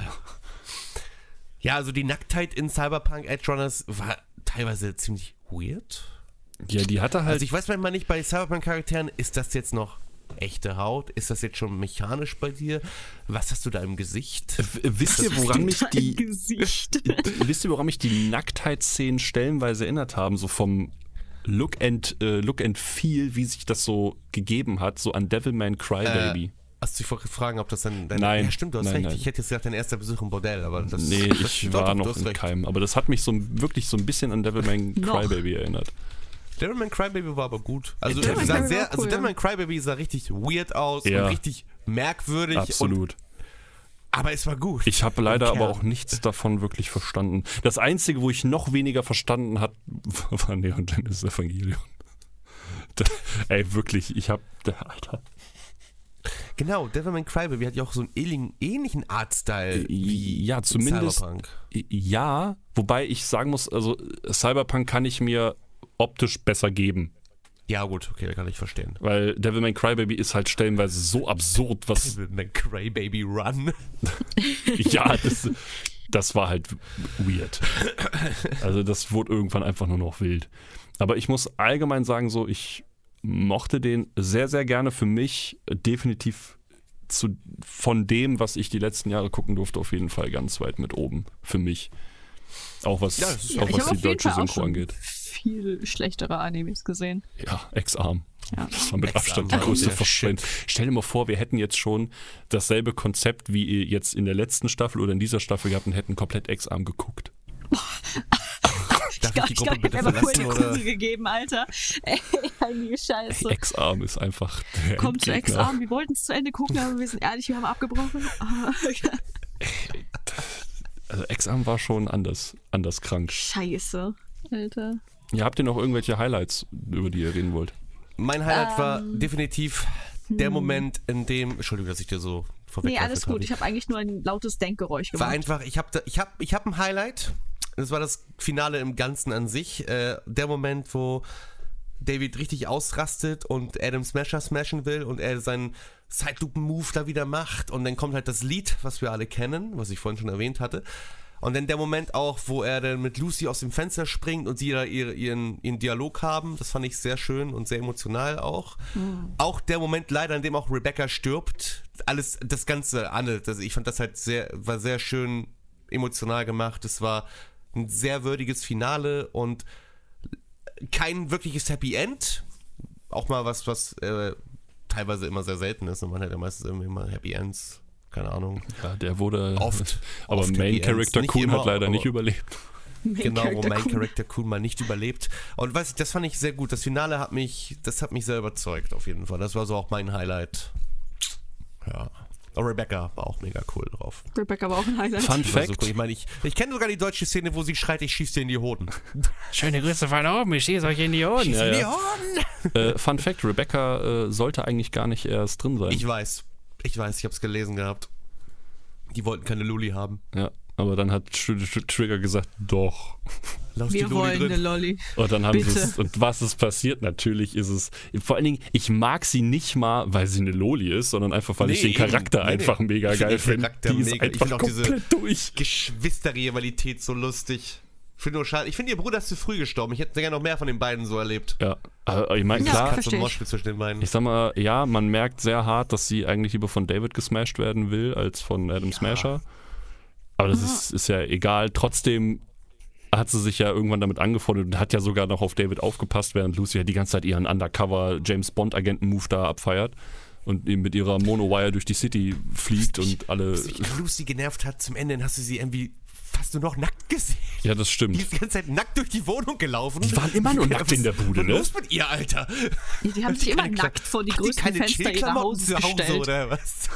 Ja, also die Nacktheit in Cyberpunk Edge Runners war teilweise ziemlich weird. Ja, die hatte halt. Also ich weiß manchmal nicht bei Cyberpunk-Charakteren, ist das jetzt noch echte Haut? Ist das jetzt schon mechanisch bei dir? Was hast du da im Äh, Gesicht? wisst ihr, woran mich halt Dein die. Gesicht. Wisst ihr, woran mich die Nacktheitsszenen stellenweise erinnert haben? So vom Look and, äh, Look and Feel, wie sich das so gegeben hat, so an Devilman Äh, Crybaby. Hast du dich vorher fragen, ob das dann dein... Nein. Ja, stimmt, du hast Nein, recht. nein. Ich hätte jetzt gedacht, dein erster Besuch im Bordell, aber das... nee, das ich doch, war doch, du noch hast in recht. Keim. Aber das hat mich so ein- wirklich so ein bisschen an Devilman Noch. Crybaby erinnert. Devilman Crybaby war aber gut. Also, Devilman sah Crybaby sehr, war also cool, ja. Devilman Crybaby sah richtig weird aus Ja. und richtig merkwürdig. Und, Absolut. aber es war gut. Ich habe leider Kern. aber auch nichts davon wirklich verstanden. Das Einzige, wo ich noch weniger verstanden hat, war Neon Genesis Evangelion. Da, ey, wirklich, ich habe, Alter. Genau, Devilman Crybaby hat ja auch so einen ähnlichen- ähnlichen Artstyle wie Ja, Äh, zumindest, Cyberpunk. ja, wobei ich sagen muss, also Cyberpunk kann ich mir optisch besser geben Ja, gut, okay, kann ich verstehen. Weil Devil May Cry Baby ist halt stellenweise so absurd, was. McCray Baby Run. ja, das, das war halt weird. Also, das wurde irgendwann einfach nur noch wild. Aber ich muss allgemein sagen, so, ich mochte den sehr, sehr gerne für mich definitiv zu, von dem, was ich die letzten Jahre gucken durfte, auf jeden Fall ganz weit mit oben für mich. Auch was, Ja, das ist- auch ich habe was die auf jeden deutsche Fall auch Synchro schon angeht. viel schlechtere Animes gesehen. Ja, Ex-Arm. Ja. Das war mit Ex-Arm Abstand die war größte sehr Verschwendung. Stell dir mal vor, wir hätten jetzt schon dasselbe Konzept wie ihr jetzt in der letzten Staffel oder in dieser Staffel gehabt und hätten komplett Ex-Arm geguckt. Darf ich die glaub, Gruppe ich bitte hätte einfach verlassen? cool eine Oder? Krise gegeben, Alter. Ey, einige Scheiße. Ex-Arm ist einfach. Der Komm zu Endgegner. Ex-Arm, wir wollten es zu Ende gucken, aber wir sind ehrlich, wir haben abgebrochen. Ah, Also Ex-Arm war schon anders, anders krank. Scheiße, Alter. Ihr habt ihr noch irgendwelche Highlights, über die ihr reden wollt? Mein Highlight war Ähm, definitiv der Moment, in dem. Entschuldigung, dass ich dir so hm. vorweg. Nee, alles geöffnet gut. Ich habe eigentlich nur ein lautes Denkgeräusch War gemacht. einfach, ich habe ich hab, ich hab ein Highlight. Das war das Finale im Ganzen an sich. Äh, der Moment, wo David richtig ausrastet und Adam Smasher smashen will und er seinen Zeitlupen-Move da wieder macht. Und dann kommt halt das Lied, was wir alle kennen, was ich vorhin schon erwähnt hatte. Und dann der Moment auch, wo er dann mit Lucy aus dem Fenster springt und sie da ihre, ihren, ihren Dialog haben. Das fand ich sehr schön und sehr emotional auch. Auch der Moment leider, in dem auch Rebecca stirbt. Alles, das Ganze, Anne, das, ich fand das halt sehr, war sehr schön emotional gemacht. Es war ein sehr würdiges Finale und kein wirkliches Happy End. Auch mal was, was äh, teilweise immer sehr selten ist und man hat ja meistens irgendwie immer Happy Ends. Keine Ahnung. Ja, der wurde. Oft. Aber Oft Happy Main Ends. Character Nicht Kuhn immer, hat leider aber- nicht überlebt. Genau, wo mein Kuhn. Character Kuhn mal nicht überlebt. Und weiß ich, das fand ich sehr gut. Das Finale hat mich, das hat mich sehr überzeugt, auf jeden Fall. Das war so auch mein Highlight. Ja. Und Rebecca war auch mega cool drauf. Rebecca war auch ein Highlight. Fun Die war so Fact: cool. Ich meine, ich, ich kenne sogar die deutsche Szene, wo sie schreit, ich schieß dir in die Hoden. Schöne Grüße von oben, ich schieße euch in die Ohren. Ja, ja. Hoden! Äh, Fun Fact: Rebecca äh, sollte eigentlich gar nicht erst drin sein. Ich weiß. Ich weiß, ich hab's gelesen gehabt. Die wollten keine Luli haben. Ja, aber dann hat Tr Tr Trigger gesagt, doch. Lass die Wir Luli wollen drin. eine Lolli. Und dann haben sie Bitte. es. Und was ist passiert? Natürlich ist es. Vor allen Dingen, ich mag sie nicht mal, weil sie eine Loli ist, sondern einfach, weil ich Nee, den Charakter eben. Nee, einfach nee. mega Ich find geil den finde. Charakter Die ist mega. Ich einfach find auch diese- komplett durch. Geschwisterrivalität so lustig. Ich finde nur schade. Ich finde, ihr Bruder ist zu früh gestorben. Ich hätte gerne noch mehr von den beiden so erlebt. Ja, aber ich meine, Ja, klar, verstehe Zum ich. Moschpitz zwischen den beiden. ich sag mal, ja, man merkt sehr hart, dass sie eigentlich lieber von David gesmashed werden will, als von Adam Smasher. Aber das ist, ist ja egal. Trotzdem hat sie sich ja irgendwann damit angefreundet und hat ja sogar noch auf David aufgepasst, während Lucy ja die ganze Zeit ihren Undercover James Bond Agenten Move da abfeiert und eben mit ihrer Monowire durch die City fliegt und alle Was mich an Lucy genervt hat, zum Ende hast du sie irgendwie fast nur noch nackt gesehen. Ja, das Die stimmt. ist die ganze Zeit nackt durch die Wohnung gelaufen. Die waren immer nur nackt in der Bude, ne? Was ist los mit ihr, Alter? Ja, die haben Hat sich immer keine nackt Kle- vor die hat größten keine Fenster ihrer Chillklamotten Hauses zu Hause gestellt. oder was?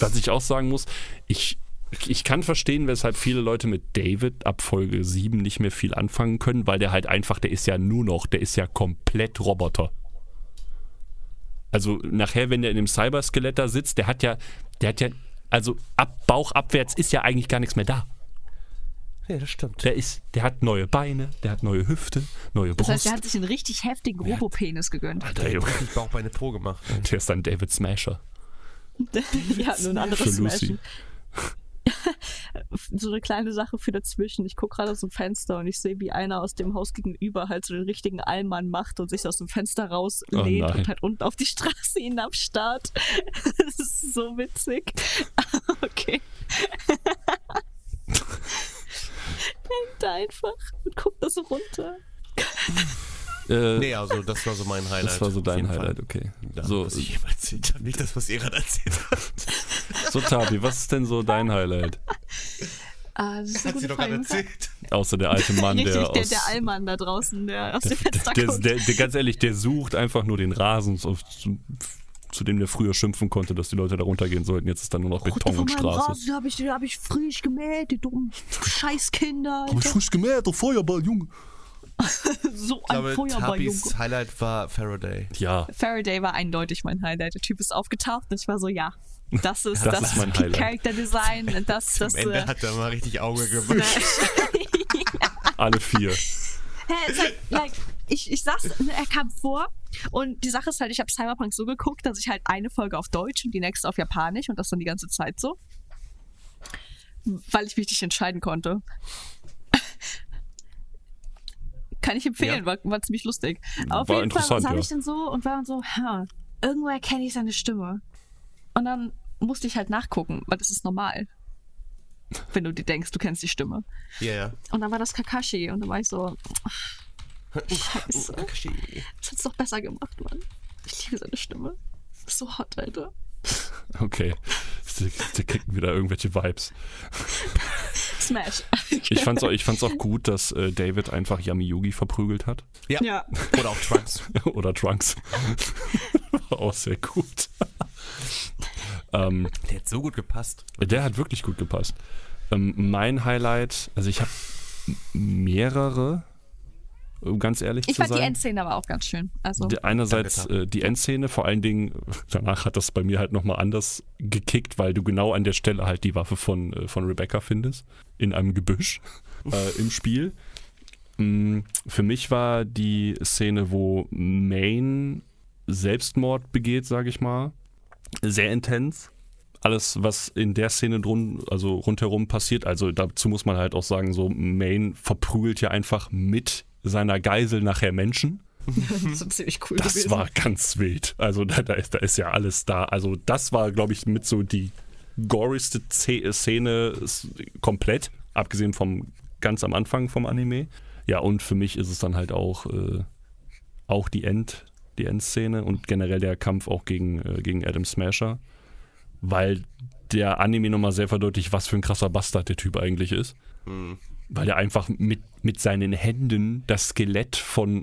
Was ich auch sagen muss, ich, ich kann verstehen, weshalb viele Leute mit David ab Folge 7 nicht mehr viel anfangen können, weil der halt einfach, der ist ja nur noch, der ist ja komplett Roboter. Also nachher, wenn der in dem Cyberskelett da sitzt, der hat ja, der hat ja, also ab Bauch abwärts ist ja eigentlich gar nichts mehr da. Ja, das stimmt. Der ist, der hat neue Beine, der hat neue Hüfte, neue Das heißt, Brust. er hat sich einen richtig heftigen Robopenis gegönnt. Alter, Junge, Ich Bauch bei eine Po gemacht. der ist dann David Smasher ja, nur ein für anderes Lucy. Smashen. So eine kleine Sache für dazwischen. Ich gucke gerade aus dem Fenster und ich sehe, wie einer aus dem Haus gegenüber halt so den richtigen Allmann macht und sich aus dem Fenster rauslehnt Oh nein. und halt unten auf die Straße hinabstarrt. Das ist so witzig. Okay. Hängt da einfach und guckt da so runter. Äh, Nee, also das war so mein Highlight. das war so auf dein jeden Fall. Highlight, okay. Ja, so, was ich eben erzählt habe, nicht das, was ihr gerade erzählt habt. so Tabi, was ist denn so dein Highlight? Ah, das ist eine Hat sie gute doch gerade Frage. erzählt. Außer der alte Mann, Richtig, der, der, der, aus, Allmann da draußen, der aus dem Fenster der, guckt. der, der, ganz ehrlich, der sucht einfach nur den Rasen, so- zu, zu dem der früher schimpfen konnte, dass die Leute da runtergehen sollten. Jetzt ist dann nur noch Beton und Straße. habe ich, hab ich frisch gemäht, die dummen Scheißkinder. Hab ich frisch gemäht, der Feuerball, Junge. So Ich ein glaube, Tabis Feuerball-Junge. Highlight war Faraday. Ja, Faraday war eindeutig mein Highlight. Der Typ ist aufgetaucht und ich war so, ja, das ist Das das, ist mein Highlight. Character Design. und Das, das, Am Ende äh, hat er mal richtig Auge gemacht. alle vier. hey, it's halt, like, like, ich, ich saß, ne, er kam vor und die Sache ist halt, ich habe Cyberpunk so geguckt, dass ich halt eine Folge auf Deutsch und die nächste auf Japanisch und das dann die ganze Zeit so. Weil ich mich nicht entscheiden konnte. Kann ich empfehlen, war, war ziemlich lustig. Auf War jeden Fall interessant, saß ja. ich dann so und war dann so, ha, irgendwo erkenne ich seine Stimme. Und dann musste ich halt nachgucken, weil das ist normal. Wenn du dir denkst, du kennst die Stimme. Ja, ja. Und dann war das Kakashi und dann war ich so, scheiße. oh, Kakashi. Das hat's doch besser gemacht, Mann. Ich liebe seine Stimme. Ist So hot, Alter. Okay. Sie, sie kriegen wieder irgendwelche Vibes. Smash. Ich fand's auch, ich fand's auch gut, dass äh, David einfach Yami Yugi verprügelt hat. Ja. Ja. Oder auch Trunks. Oder Trunks. War auch sehr gut. ähm, Der hat so gut gepasst. Der hat wirklich gut gepasst. Ähm, mein Highlight, also ich habe mehrere, um ganz ehrlich Ich zu fand die sein. Endszene aber auch ganz schön. Also, Die- einerseits Danke, äh, die Endszene, vor allen Dingen, danach hat das bei mir halt nochmal anders gekickt, weil du genau an der Stelle halt die Waffe von, äh, von Rebecca findest, in einem Gebüsch äh, im Spiel. Mm, Für mich war die Szene, wo Main Selbstmord begeht, sage ich mal, sehr intens. Alles, was in der Szene drun, also rundherum passiert, also dazu muss man halt auch sagen, so Main verprügelt ja einfach mit seiner Geisel nachher Menschen. das ist ziemlich cool Das gewesen. war ganz wild. Also da, da, ist, da ist ja alles da. Also das war, glaube ich, mit so die gorigste Ze- Szene s- komplett, abgesehen vom ganz am Anfang vom Anime. Ja, und für mich ist es dann halt auch, äh, auch die, End, die Endszene und generell der Kampf auch gegen, äh, gegen Adam Smasher, weil der Anime nochmal sehr verdeutlicht, was für ein krasser Bastard der Typ eigentlich ist. Weil er einfach mit, mit seinen Händen das Skelett von,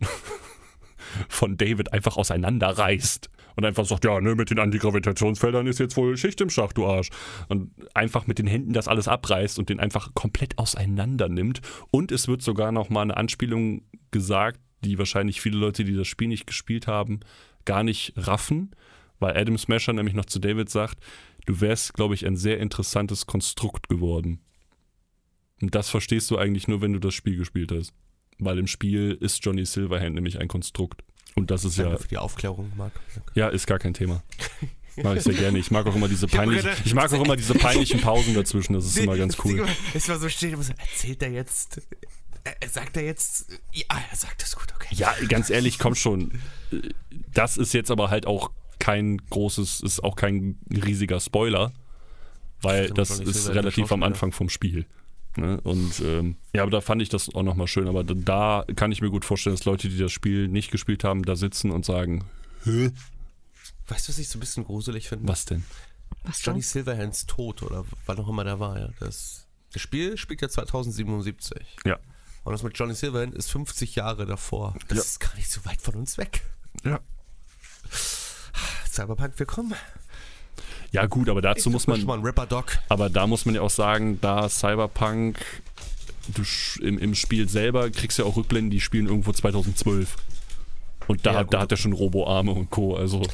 von David einfach auseinanderreißt und einfach sagt, ja, ne, mit den Antigravitationsfeldern ist jetzt wohl Schicht im Schacht, du Arsch. Und einfach mit den Händen das alles abreißt und den einfach komplett auseinander nimmt. Und es wird sogar nochmal eine Anspielung gesagt, die wahrscheinlich viele Leute, die das Spiel nicht gespielt haben, gar nicht raffen, weil Adam Smasher nämlich noch zu David sagt, du wärst, glaube ich, ein sehr interessantes Konstrukt geworden. Und das verstehst du eigentlich nur, wenn du das Spiel gespielt hast. Weil im Spiel ist Johnny Silverhand nämlich ein Konstrukt. Und das ist Danke ja für die Aufklärung, Marc. Danke. ja, ist gar kein Thema. Mag ich sehr gerne. Ich mag auch immer diese hab peinlichen, gerade- ich mag auch immer diese peinlichen Pausen dazwischen. Das ist immer ganz cool. Es war so still, immer so, erzählt er jetzt, äh, sagt er jetzt, ja, er sagt es gut, okay. Ja, ganz ehrlich, komm schon. Das ist jetzt aber halt auch kein großes, ist auch kein riesiger Spoiler, weil Stimmt, das Johnny Silver ist ist ein relativ am Schauspieler. Anfang vom Spiel. Ne? Und ähm, ja, aber da fand ich das auch nochmal schön. Aber da- da kann ich mir gut vorstellen, dass Leute, die das Spiel nicht gespielt haben, da sitzen und sagen, Weißt du, was ich so ein bisschen gruselig finde? was denn? Was Johnny denn? Silverhands Tod oder wann auch immer der war, ja. Das, das Spiel spielt ja 2077. Ja. Und das mit Johnny Silverhand ist 50 Jahre davor. Das Ja. ist gar nicht so weit von uns weg. Ja. Cyberpunk, willkommen. Ja, gut, aber dazu muss man, Schon mal ein Rapper-Doc. Aber da muss man ja auch sagen, da Cyberpunk du, sch- im, im Spiel selber kriegst du ja auch Rückblenden, die spielen irgendwo 2012. Und da, Ja, gut. da hat er schon Robo-Arme und Co. Also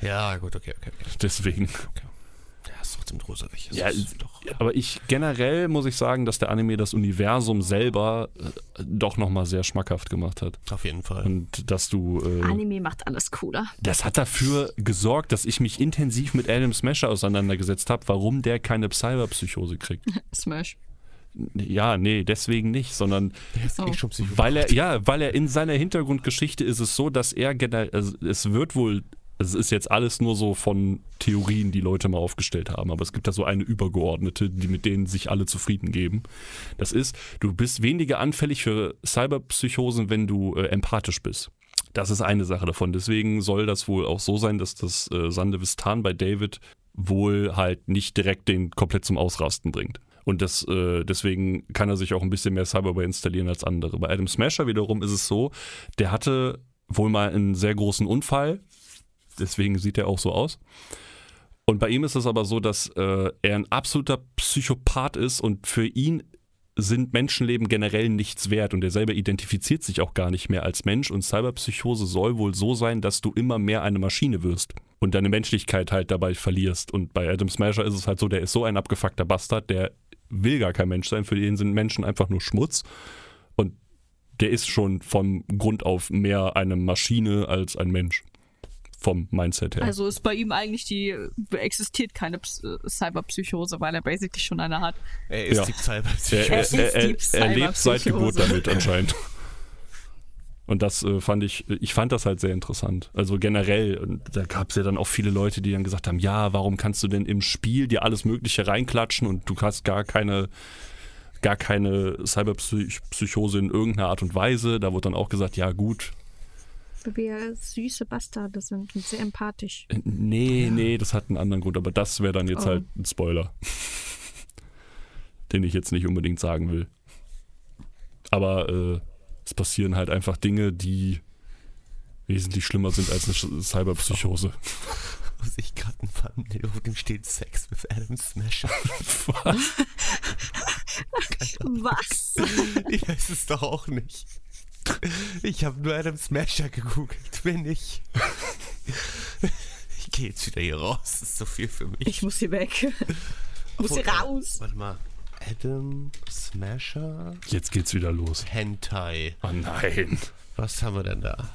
Ja, gut, okay, okay, okay. deswegen. Ja, ist trotzdem gruselig. Es Ja, äh, ist doch. Aber ich generell muss ich sagen, dass der Anime das Universum selber äh, doch nochmal sehr schmackhaft gemacht hat. Auf jeden Fall. Und dass du. Äh, Anime macht alles cooler. Das hat dafür gesorgt, dass ich mich intensiv mit Adam Smasher auseinandergesetzt habe, warum der keine Cyberpsychose kriegt. Smash. Ja, nee, deswegen nicht, sondern Oh. Ich eh schon Psycho. Weil er, ja, weil er in seiner Hintergrundgeschichte ist es so, dass er generell, also es wird wohl, es ist jetzt alles nur so von Theorien, die Leute mal aufgestellt haben, aber es gibt da so eine übergeordnete, die mit denen sich alle zufrieden geben. Das ist, du bist weniger anfällig für Cyberpsychosen, wenn du äh, empathisch bist. Das ist eine Sache davon. Deswegen soll das wohl auch so sein, dass das äh, Sandevistan bei David wohl halt nicht direkt den komplett zum Ausrasten bringt. Und das, äh, deswegen kann er sich auch ein bisschen mehr Cyberware installieren als andere. Bei Adam Smasher wiederum ist es so, der hatte wohl mal einen sehr großen Unfall. Deswegen sieht er auch so aus. Und bei ihm ist es aber so, dass äh, er ein absoluter Psychopath ist und für ihn sind Menschenleben generell nichts wert und er selber identifiziert sich auch gar nicht mehr als Mensch und Cyberpsychose soll wohl so sein, dass du immer mehr eine Maschine wirst und deine Menschlichkeit halt dabei verlierst. Und bei Adam Smasher ist es halt so, der ist so ein abgefuckter Bastard, der will gar kein Mensch sein, für den sind Menschen einfach nur Schmutz und der ist schon vom Grund auf mehr eine Maschine als ein Mensch. Vom Mindset her. Also ist bei ihm eigentlich die, existiert keine Ps äh, Cyberpsychose, weil er basically schon eine hat. Er ist Ja. die Cyber. er, ist er, er, die er, er lebt seit Geburt Cyberpsychose. damit anscheinend. Und das äh, fand ich, ich fand das halt sehr interessant. Also generell, und da gab es ja dann auch viele Leute, die dann gesagt haben, ja, warum kannst du denn im Spiel dir alles Mögliche reinklatschen und du hast gar keine, gar keine Cyberpsychose in irgendeiner Art und Weise. Da wurde dann auch gesagt, ja gut, Weil äh, wir süße Bastarde sind und sehr empathisch. äh, nee, nee, das hat einen anderen Grund, aber das wäre dann jetzt Oh. halt ein Spoiler, den ich jetzt nicht unbedingt sagen will. Aber äh, es passieren halt einfach Dinge, die wesentlich schlimmer sind als eine Sch- Cyberpsychose. muss ich gerade ein Thumbnail, auf dem steht Sex with Adam Smasher. Was? Ich weiß es doch auch nicht. Ich habe nur Adam Smasher gegoogelt, bin ich. Ich gehe jetzt wieder hier raus, das ist zu viel für mich. Ich muss hier weg. muss hier Obwohl, äh, raus. Warte mal. Adam Smasher Jetzt geht's wieder los. Hentai. Oh nein. Was haben wir denn da?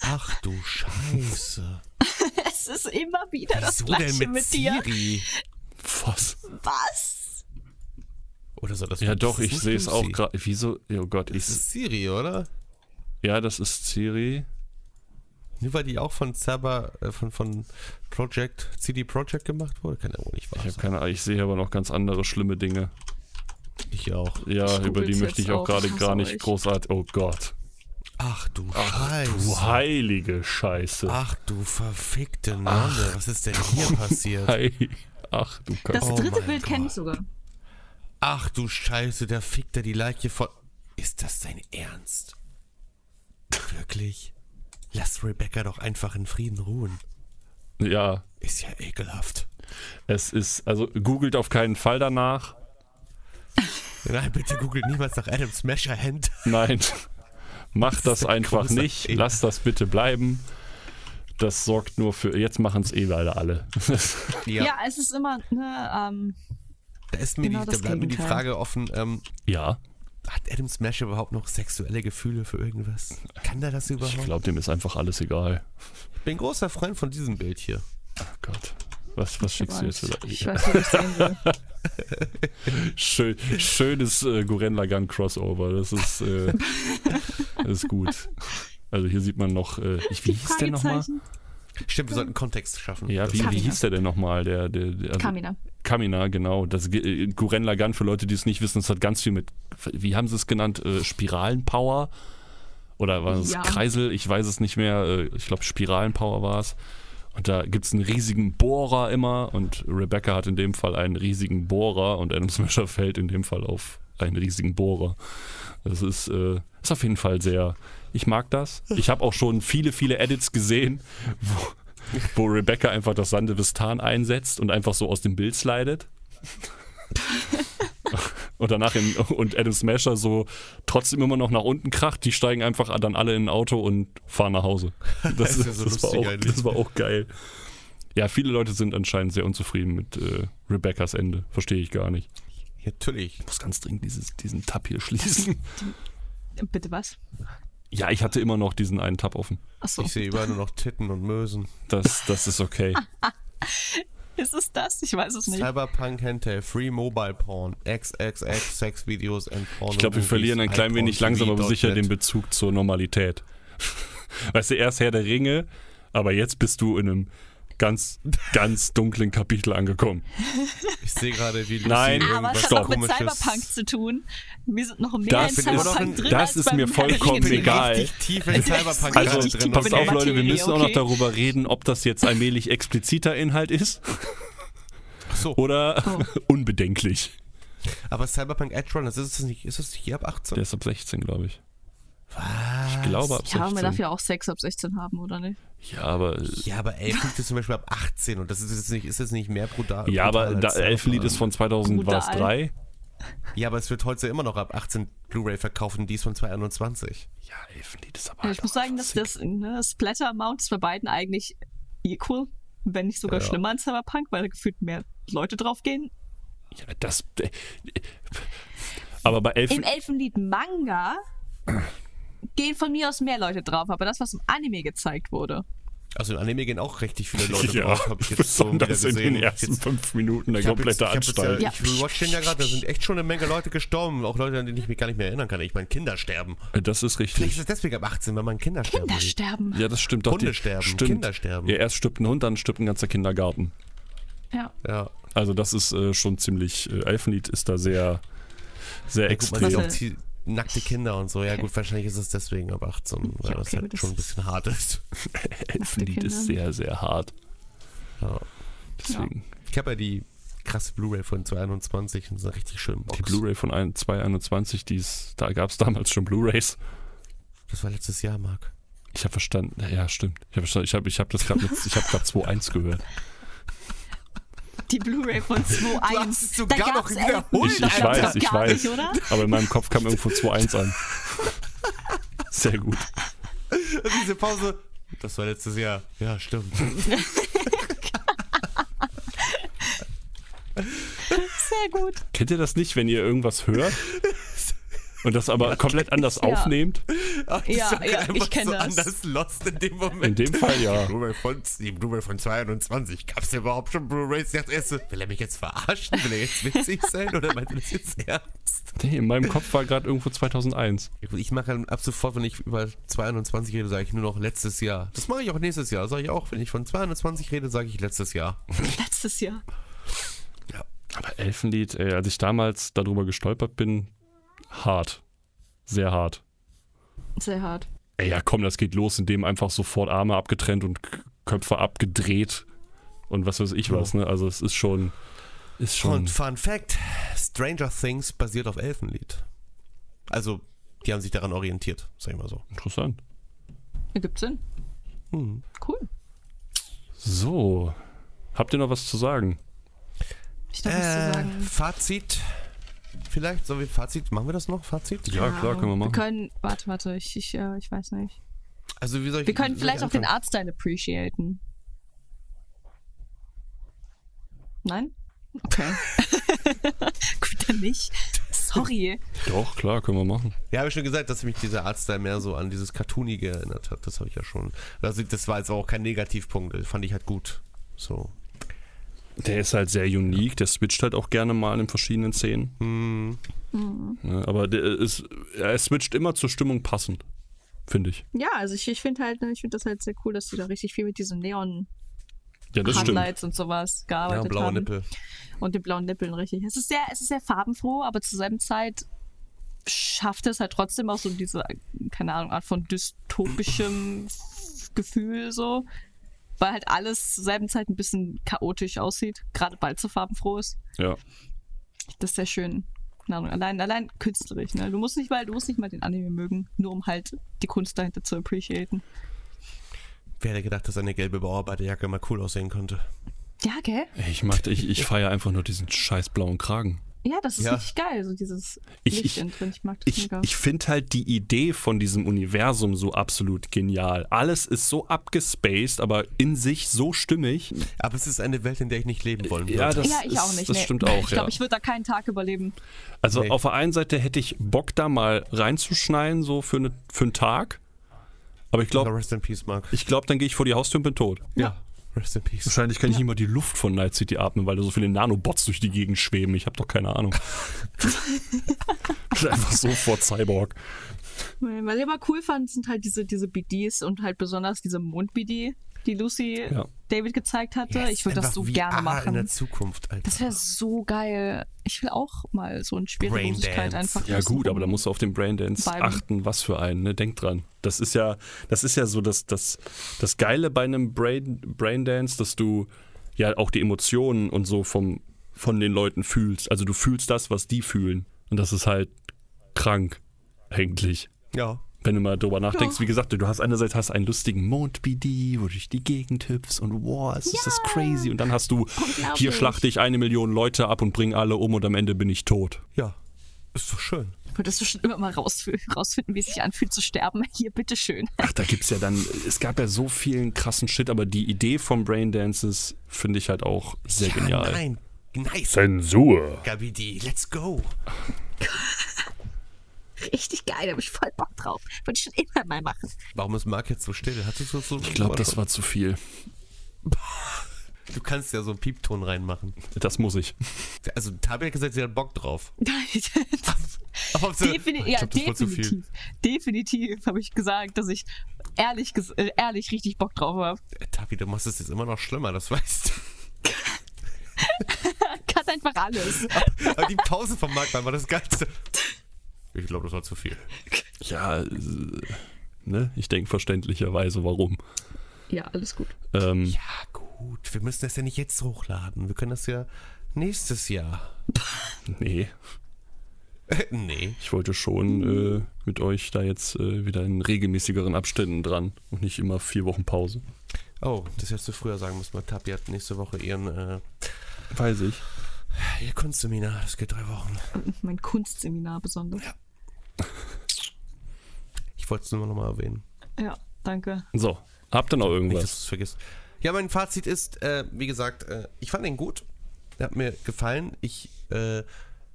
Ach du Scheiße. Es ist immer wieder das Wieso Gleiche denn mit, mit dir. Siri? Was? Was? Oder soll das Ja das doch, ist ich nicht sehe es auch Lucy. gerade. Wieso? Oh Gott, ich. Das ist Siri, oder? Ja, das ist Siri. Nur weil die auch von Cyber, äh, von, von Project, CD Project gemacht wurde? Kann ja wohl nicht wahr Ich habe sein. keine Ahnung. Ich sehe aber noch ganz andere schlimme Dinge. Ich auch. Ja, Ich über die google's möchte ich jetzt auch auch. gerade Was gar soll nicht ich? großartig. Oh Gott. Ach du Scheiße. Du heilige Scheiße. Ach du verfickte Nonne, was ist denn hier passiert? Ei. Ach du Das Kacke. Oh dritte mein Bild kenne ich Gott. sogar. Ach du Scheiße, der fickt da die Leiche von. Ist das dein Ernst? Wirklich? Lass Rebecca doch einfach in Frieden ruhen. Ja, Ist ja ekelhaft. es ist, also googelt auf keinen Fall danach. Nein, bitte googelt niemals nach Adam Smasher Hand. Nein, macht das ist ein einfach großer nicht. Fehler. Lasst das bitte bleiben. Das sorgt nur für, jetzt machen es eh leider alle. Ja, es ist immer, ne, ähm, Da, ist mir Genau die, da das bleibt mir die Gegenteil. Frage offen, ähm, ja, hat Adam Smasher überhaupt noch sexuelle Gefühle für irgendwas? Kann der das überhaupt? ich glaube, dem ist einfach alles egal. Ich bin großer Freund von diesem Bild hier. Oh Gott. Was, was schickst du jetzt? wieder? ich weiß, wie ich sehen will. Schön, schönes äh, Goren Lagann Crossover. Das ist, äh, das ist gut. Also hier sieht man noch, äh, ich, wie hieß der nochmal? Fragezeichen. Stimmt, wir sollten Kontext schaffen. Ja, wie, wie Kamina. hieß der denn nochmal? Der, der, der, also, Kamina. Kamina, genau. Das, äh, Guren Lagann, für Leute, die es nicht wissen, das hat ganz viel mit, wie haben sie es genannt, äh, Spiralenpower? Oder war es Ja. Kreisel? Ich weiß es nicht mehr. Äh, ich glaube, Spiralenpower war es. Und da gibt es einen riesigen Bohrer immer. Und Rebecca hat in dem Fall einen riesigen Bohrer. Und Adam Smasher fällt in dem Fall auf einen riesigen Bohrer. Das ist, äh, ist auf jeden Fall sehr. Ich mag das. Ich habe auch schon viele, viele Edits gesehen, wo, wo Rebecca einfach das Sande Vistan einsetzt und einfach so aus dem Bild slidet. Und danach in, und Adam Smasher so trotzdem immer noch nach unten kracht. Die steigen einfach dann alle in ein Auto und fahren nach Hause. Das, Das ist ja so das, war, lustig auch, eigentlich. das war auch geil. Ja, viele Leute sind anscheinend sehr unzufrieden mit äh, Rebeccas Ende. Verstehe ich gar nicht. Natürlich. Ich muss ganz dringend dieses, diesen Tab hier schließen. Bitte was? Ja, ich hatte immer noch diesen einen Tab offen. Achso, Ich sehe überall nur noch Titten und Mösen. Das, das ist okay. ist es das? Ich weiß es nicht. Cyberpunk Hentai, Free Mobile Porn, XXX Sex Videos and Porn. Ich glaube, wir verlieren ein klein wenig langsam, aber sicher den Bezug zur Normalität. Weißt du, erst Herr der Ringe, aber jetzt bist du in einem ganz, ganz dunklen Kapitel angekommen. Ich sehe gerade, wie Lucy Nein. Aber es irgendwas hat Stopp. noch mit komisches- Cyberpunk zu tun. Wir sind noch mehr in Das ist- Cyberpunk das drin. als ist beim mir Herr der Ringe vollkommen Ich bin Film. egal. Richtig tief in Cyberpunk Also, gerade Also, richtig tief drin. passt in der auf, Leute, wir Materie, müssen auch noch okay. darüber reden, ob das jetzt allmählich expliziter Inhalt ist so. oder Oh. unbedenklich. Aber Cyberpunk Edge Runners, ist das nicht, ist das nicht hier ab 18? Der ist ab 16, glaube ich. Was? Ich glaube ab Ja, aber man darf 16. ja auch Sex ab 16 haben, oder nicht? Ja, aber Ja, aber Elfenlied ist zum Beispiel ab 18 und das ist jetzt nicht, ist jetzt nicht mehr brutal. Ja, brutal aber da, als Elfenlied Cyberpunk. ist von 2000 war es Brutal. 3. Ja, aber es wird heute immer noch ab 18 Blu-ray verkauft und die ist von 2021. Ja, Elfenlied ist aber Ja, halt ich muss auch sagen, dass sick. das ne, Splatter-Amount ist bei beiden eigentlich equal, wenn nicht sogar schlimmer in Cyberpunk, weil da gefühlt mehr Leute draufgehen. Ja, das. äh, Aber bei Elfen. Im Elfenlied-Manga gehen von mir aus mehr Leute drauf, aber das, was im Anime gezeigt wurde. Also im Anime gehen auch richtig viele Leute ja, drauf, habe ich jetzt so wieder besonders in gesehen. den ersten Jetzt- fünf Minuten der ich hab jetzt- komplette ich hab jetzt Anstalt. Ja, ich watch den ja gerade, da sind echt schon eine Menge Leute gestorben. Auch Leute, an denen ich mich gar nicht mehr erinnern kann. Ich meine, Kinder sterben. Äh, das ist Vielleicht richtig. ist es deswegen ab 18, wenn man Kinder sterben Kinder sieht. sterben. Ja, das stimmt. Doch, Hunde die- sterben, stimmt. Kinder sterben. Ja, erst stirbt ein Hund, dann stirbt ein ganzer Kindergarten. Ja. Ja. Also das ist äh, schon ziemlich, äh, Elfenlied ist da sehr, sehr Ja, gut, man sieht extrem. auch die nackte Kinder und so. Ja, gut, wahrscheinlich ist es deswegen ab 18, weil Ja, das okay, halt gut, das schon ein ist- bisschen hart ist. Elfenlied Kinder. ist sehr, sehr hart. Ja. Deswegen. Ich habe ja die krasse Blu-ray von 2021 und so eine richtig schöne Box. Die Blu-ray von ein- 221, die ist, da gab es damals schon Blu-rays. das war letztes Jahr, Marc. Ich habe verstanden. Ja, stimmt. Ich habe verstanden. Ich habe ich hab das gerade mit, ich habe gerade 2.1 gehört. Die Blu-ray von 2.1. Du hast es Da sogar gab's noch elf wiederholt, Ich, Alter. ich weiß, ich Gar weiß. Nicht, oder? Aber in meinem Kopf kam irgendwo 2.1 an. Sehr gut. Diese Pause. Das war letztes Jahr. Ja, stimmt. Sehr gut. Kennt ihr das nicht, wenn ihr irgendwas hört und das aber komplett anders aufnehmt? Aber Ja, das war ja, einfach ich kenn so das. anders lost in dem Moment. In dem Fall ja. Die Blu-ray von, die Blu-ray von 22. Gab es überhaupt schon Blu-rays? Ich dachte erst so, will er mich jetzt verarschen? Will er jetzt witzig sein? Oder meint er das jetzt ernst? Nee, in meinem Kopf war gerade irgendwo 2001. Ja, gut, Ich mache dann ab sofort, wenn ich über 22 rede, sage ich nur noch letztes Jahr. Das mache ich auch nächstes Jahr. Sage ich auch, wenn ich von 22 rede, sage ich letztes Jahr. Letztes Jahr. Aber Elfenlied, ey, als ich damals darüber gestolpert bin, hart. Sehr hart. Sehr hart. Ey, ja komm, das geht los, indem einfach sofort Arme abgetrennt und K- Köpfe abgedreht und was weiß ich was, ne? Also es ist schon, ist schon, Und Fun Fact: Stranger Things basiert auf Elfenlied. Also, die haben sich daran orientiert, sag ich mal so. interessant. Ergibt Sinn. Hm. Cool. So, habt ihr noch was zu sagen? Ich darf was zu Äh, sagen. Fazit. Vielleicht, sollen wir Fazit, machen wir das noch? Fazit? Ja, klar, können wir Wir machen. können, warte, warte, ich, ich, äh, ich weiß nicht. Also, wie soll ich, Wir können soll vielleicht ich auch den anfangen? Artstyle appreciaten. Nein? Okay. Gut, dann nicht. Sorry. Doch, klar, können wir machen. Ja, habe ich schon gesagt, dass mich dieser Artstyle mehr so an dieses Cartoonige erinnert hat. Das habe ich ja schon. Also, das war jetzt auch kein Negativpunkt. Fand ich halt gut. So. Der ist halt sehr unique, der switcht halt auch gerne mal in verschiedenen Szenen. Mhm. Ne, aber der ist, er switcht immer zur Stimmung passend, finde ich. Ja, also ich, ich finde halt, ne, ich finde das halt sehr cool, dass die da richtig viel mit diesen Neon-Highlights Ja, das stimmt. und sowas Ja, gearbeitet blaue haben. Nippel. Und den blauen Nippeln, richtig. Es ist sehr, es ist sehr farbenfroh, aber zur selben Zeit schafft es halt trotzdem auch so diese, keine Ahnung, Art von dystopischem Gefühl so. Weil halt alles zur selben Zeit ein bisschen chaotisch aussieht, gerade weil es so farbenfroh ist. Ja. Das ist sehr schön. Keine Ahnung, allein, allein künstlerisch, ne? Du musst nicht mal, du musst nicht mal den Anime mögen, nur um halt die Kunst dahinter zu appreciaten. Wer hätte gedacht, dass eine gelbe Bauarbeiterjacke mal cool aussehen könnte? Ja, gell? Ich mag, ich, ich feiere einfach nur diesen scheiß blauen Kragen. Ja, das ist Ja. richtig geil, so dieses Ich- Licht ich- innen drin. Ich mag das Ich, mega. ich finde halt die Idee von diesem Universum so absolut genial. Alles ist so abgespaced, aber in sich so stimmig. Mhm. Aber es ist eine Welt, in der ich nicht leben wollen würde. ja, ich auch nicht. Das nee. stimmt auch, Ich ja. glaube, ich würde da keinen Tag überleben. also Nee. auf der einen Seite hätte ich Bock, da mal reinzuschneiden, so für, ne, für einen Tag. Aber ich Ja, glaube, Rest in Peace, Mark. ich glaub, dann gehe ich vor die Haustür und bin tot. Ja. Rest in Peace. Wahrscheinlich kann ich nicht mal die Luft von Night City atmen, weil da so viele Nanobots durch die Gegend schweben. Ich habe doch keine Ahnung. Bin Einfach sofort Cyborg. Was ich immer cool fand, sind halt diese, diese BDs und halt besonders diese Mond-BD, die Lucy Ja. David gezeigt hatte. ich würde das Einfach so VR gerne in der machen. Zukunft, Alter. Das wäre so geil. Ich will auch mal so ein Spiel der Losigkeit Braindance. einfach. Ja wissen, gut, aber da um- musst du auf den Braindance Bleiben. achten, was für einen, ne? Denk dran. Das ist ja, das ist ja so das, das, das Geile bei einem Brain, Braindance, dass du ja auch die Emotionen und so vom, von den Leuten fühlst. Also du fühlst das, was die fühlen. Und das ist halt krank, eigentlich. Ja. Wenn du mal drüber nachdenkst, wie gesagt, du hast einerseits hast einen lustigen Mond-BD, wo du durch die Gegend hüpfst und wow, es ist das crazy. Und dann hast du, hier schlachte ich eine Million Leute ab und bringe alle um und am Ende bin ich tot. Ja. Ist doch schön. Würdest du schon immer mal rausf- rausfinden, wie es sich anfühlt zu sterben? Hier, bitteschön. Ach, da gibt's ja dann, es gab ja so vielen krassen Shit, aber die Idee von Braindances finde ich halt auch sehr genial. Nein. Nice. Zensur. Gabi D. Let's go. Ich richtig geil, da habe ich voll Bock drauf. Würde ich schon immer mal machen. Warum ist Marc jetzt so still? Hattest du so Ich glaube, das war zu viel. Du kannst ja so einen Piepton reinmachen. Das muss ich. Also, Tabi hat gesagt, sie hat Bock drauf. Aber ob sie- Defini ja, glaub, das war zu viel. definitiv. Definitiv habe ich gesagt, dass ich ehrlich, ges äh, ehrlich richtig Bock drauf habe. Äh, Tabi, du machst es jetzt immer noch schlimmer, das weißt du. Cut einfach alles. Aber die Pause vom Marc war das Geilste. Ich glaube, das war zu viel. Ja, äh, ne? Ich denke verständlicherweise, warum. Ja, alles gut. Ähm, Ja, gut. Wir müssen das ja nicht jetzt hochladen. Wir können das ja nächstes Jahr. Nee, nee. ich wollte schon äh, mit euch da jetzt äh, wieder in regelmäßigeren Abständen dran und nicht immer vier Wochen Pause. Oh, das hättest du früher sagen müssen, weil Tabi hat nächste Woche ihren äh, Weiß ich. ihr Kunstseminar. Das geht drei Wochen. Mein Kunstseminar besonders. Ich wollte es nur noch mal erwähnen. Ja, danke. So, habt ihr noch Nicht, irgendwas? dass du es vergisst. Ja, mein Fazit ist, äh, wie gesagt, äh, ich fand ihn gut. Der hat mir gefallen. Ich äh,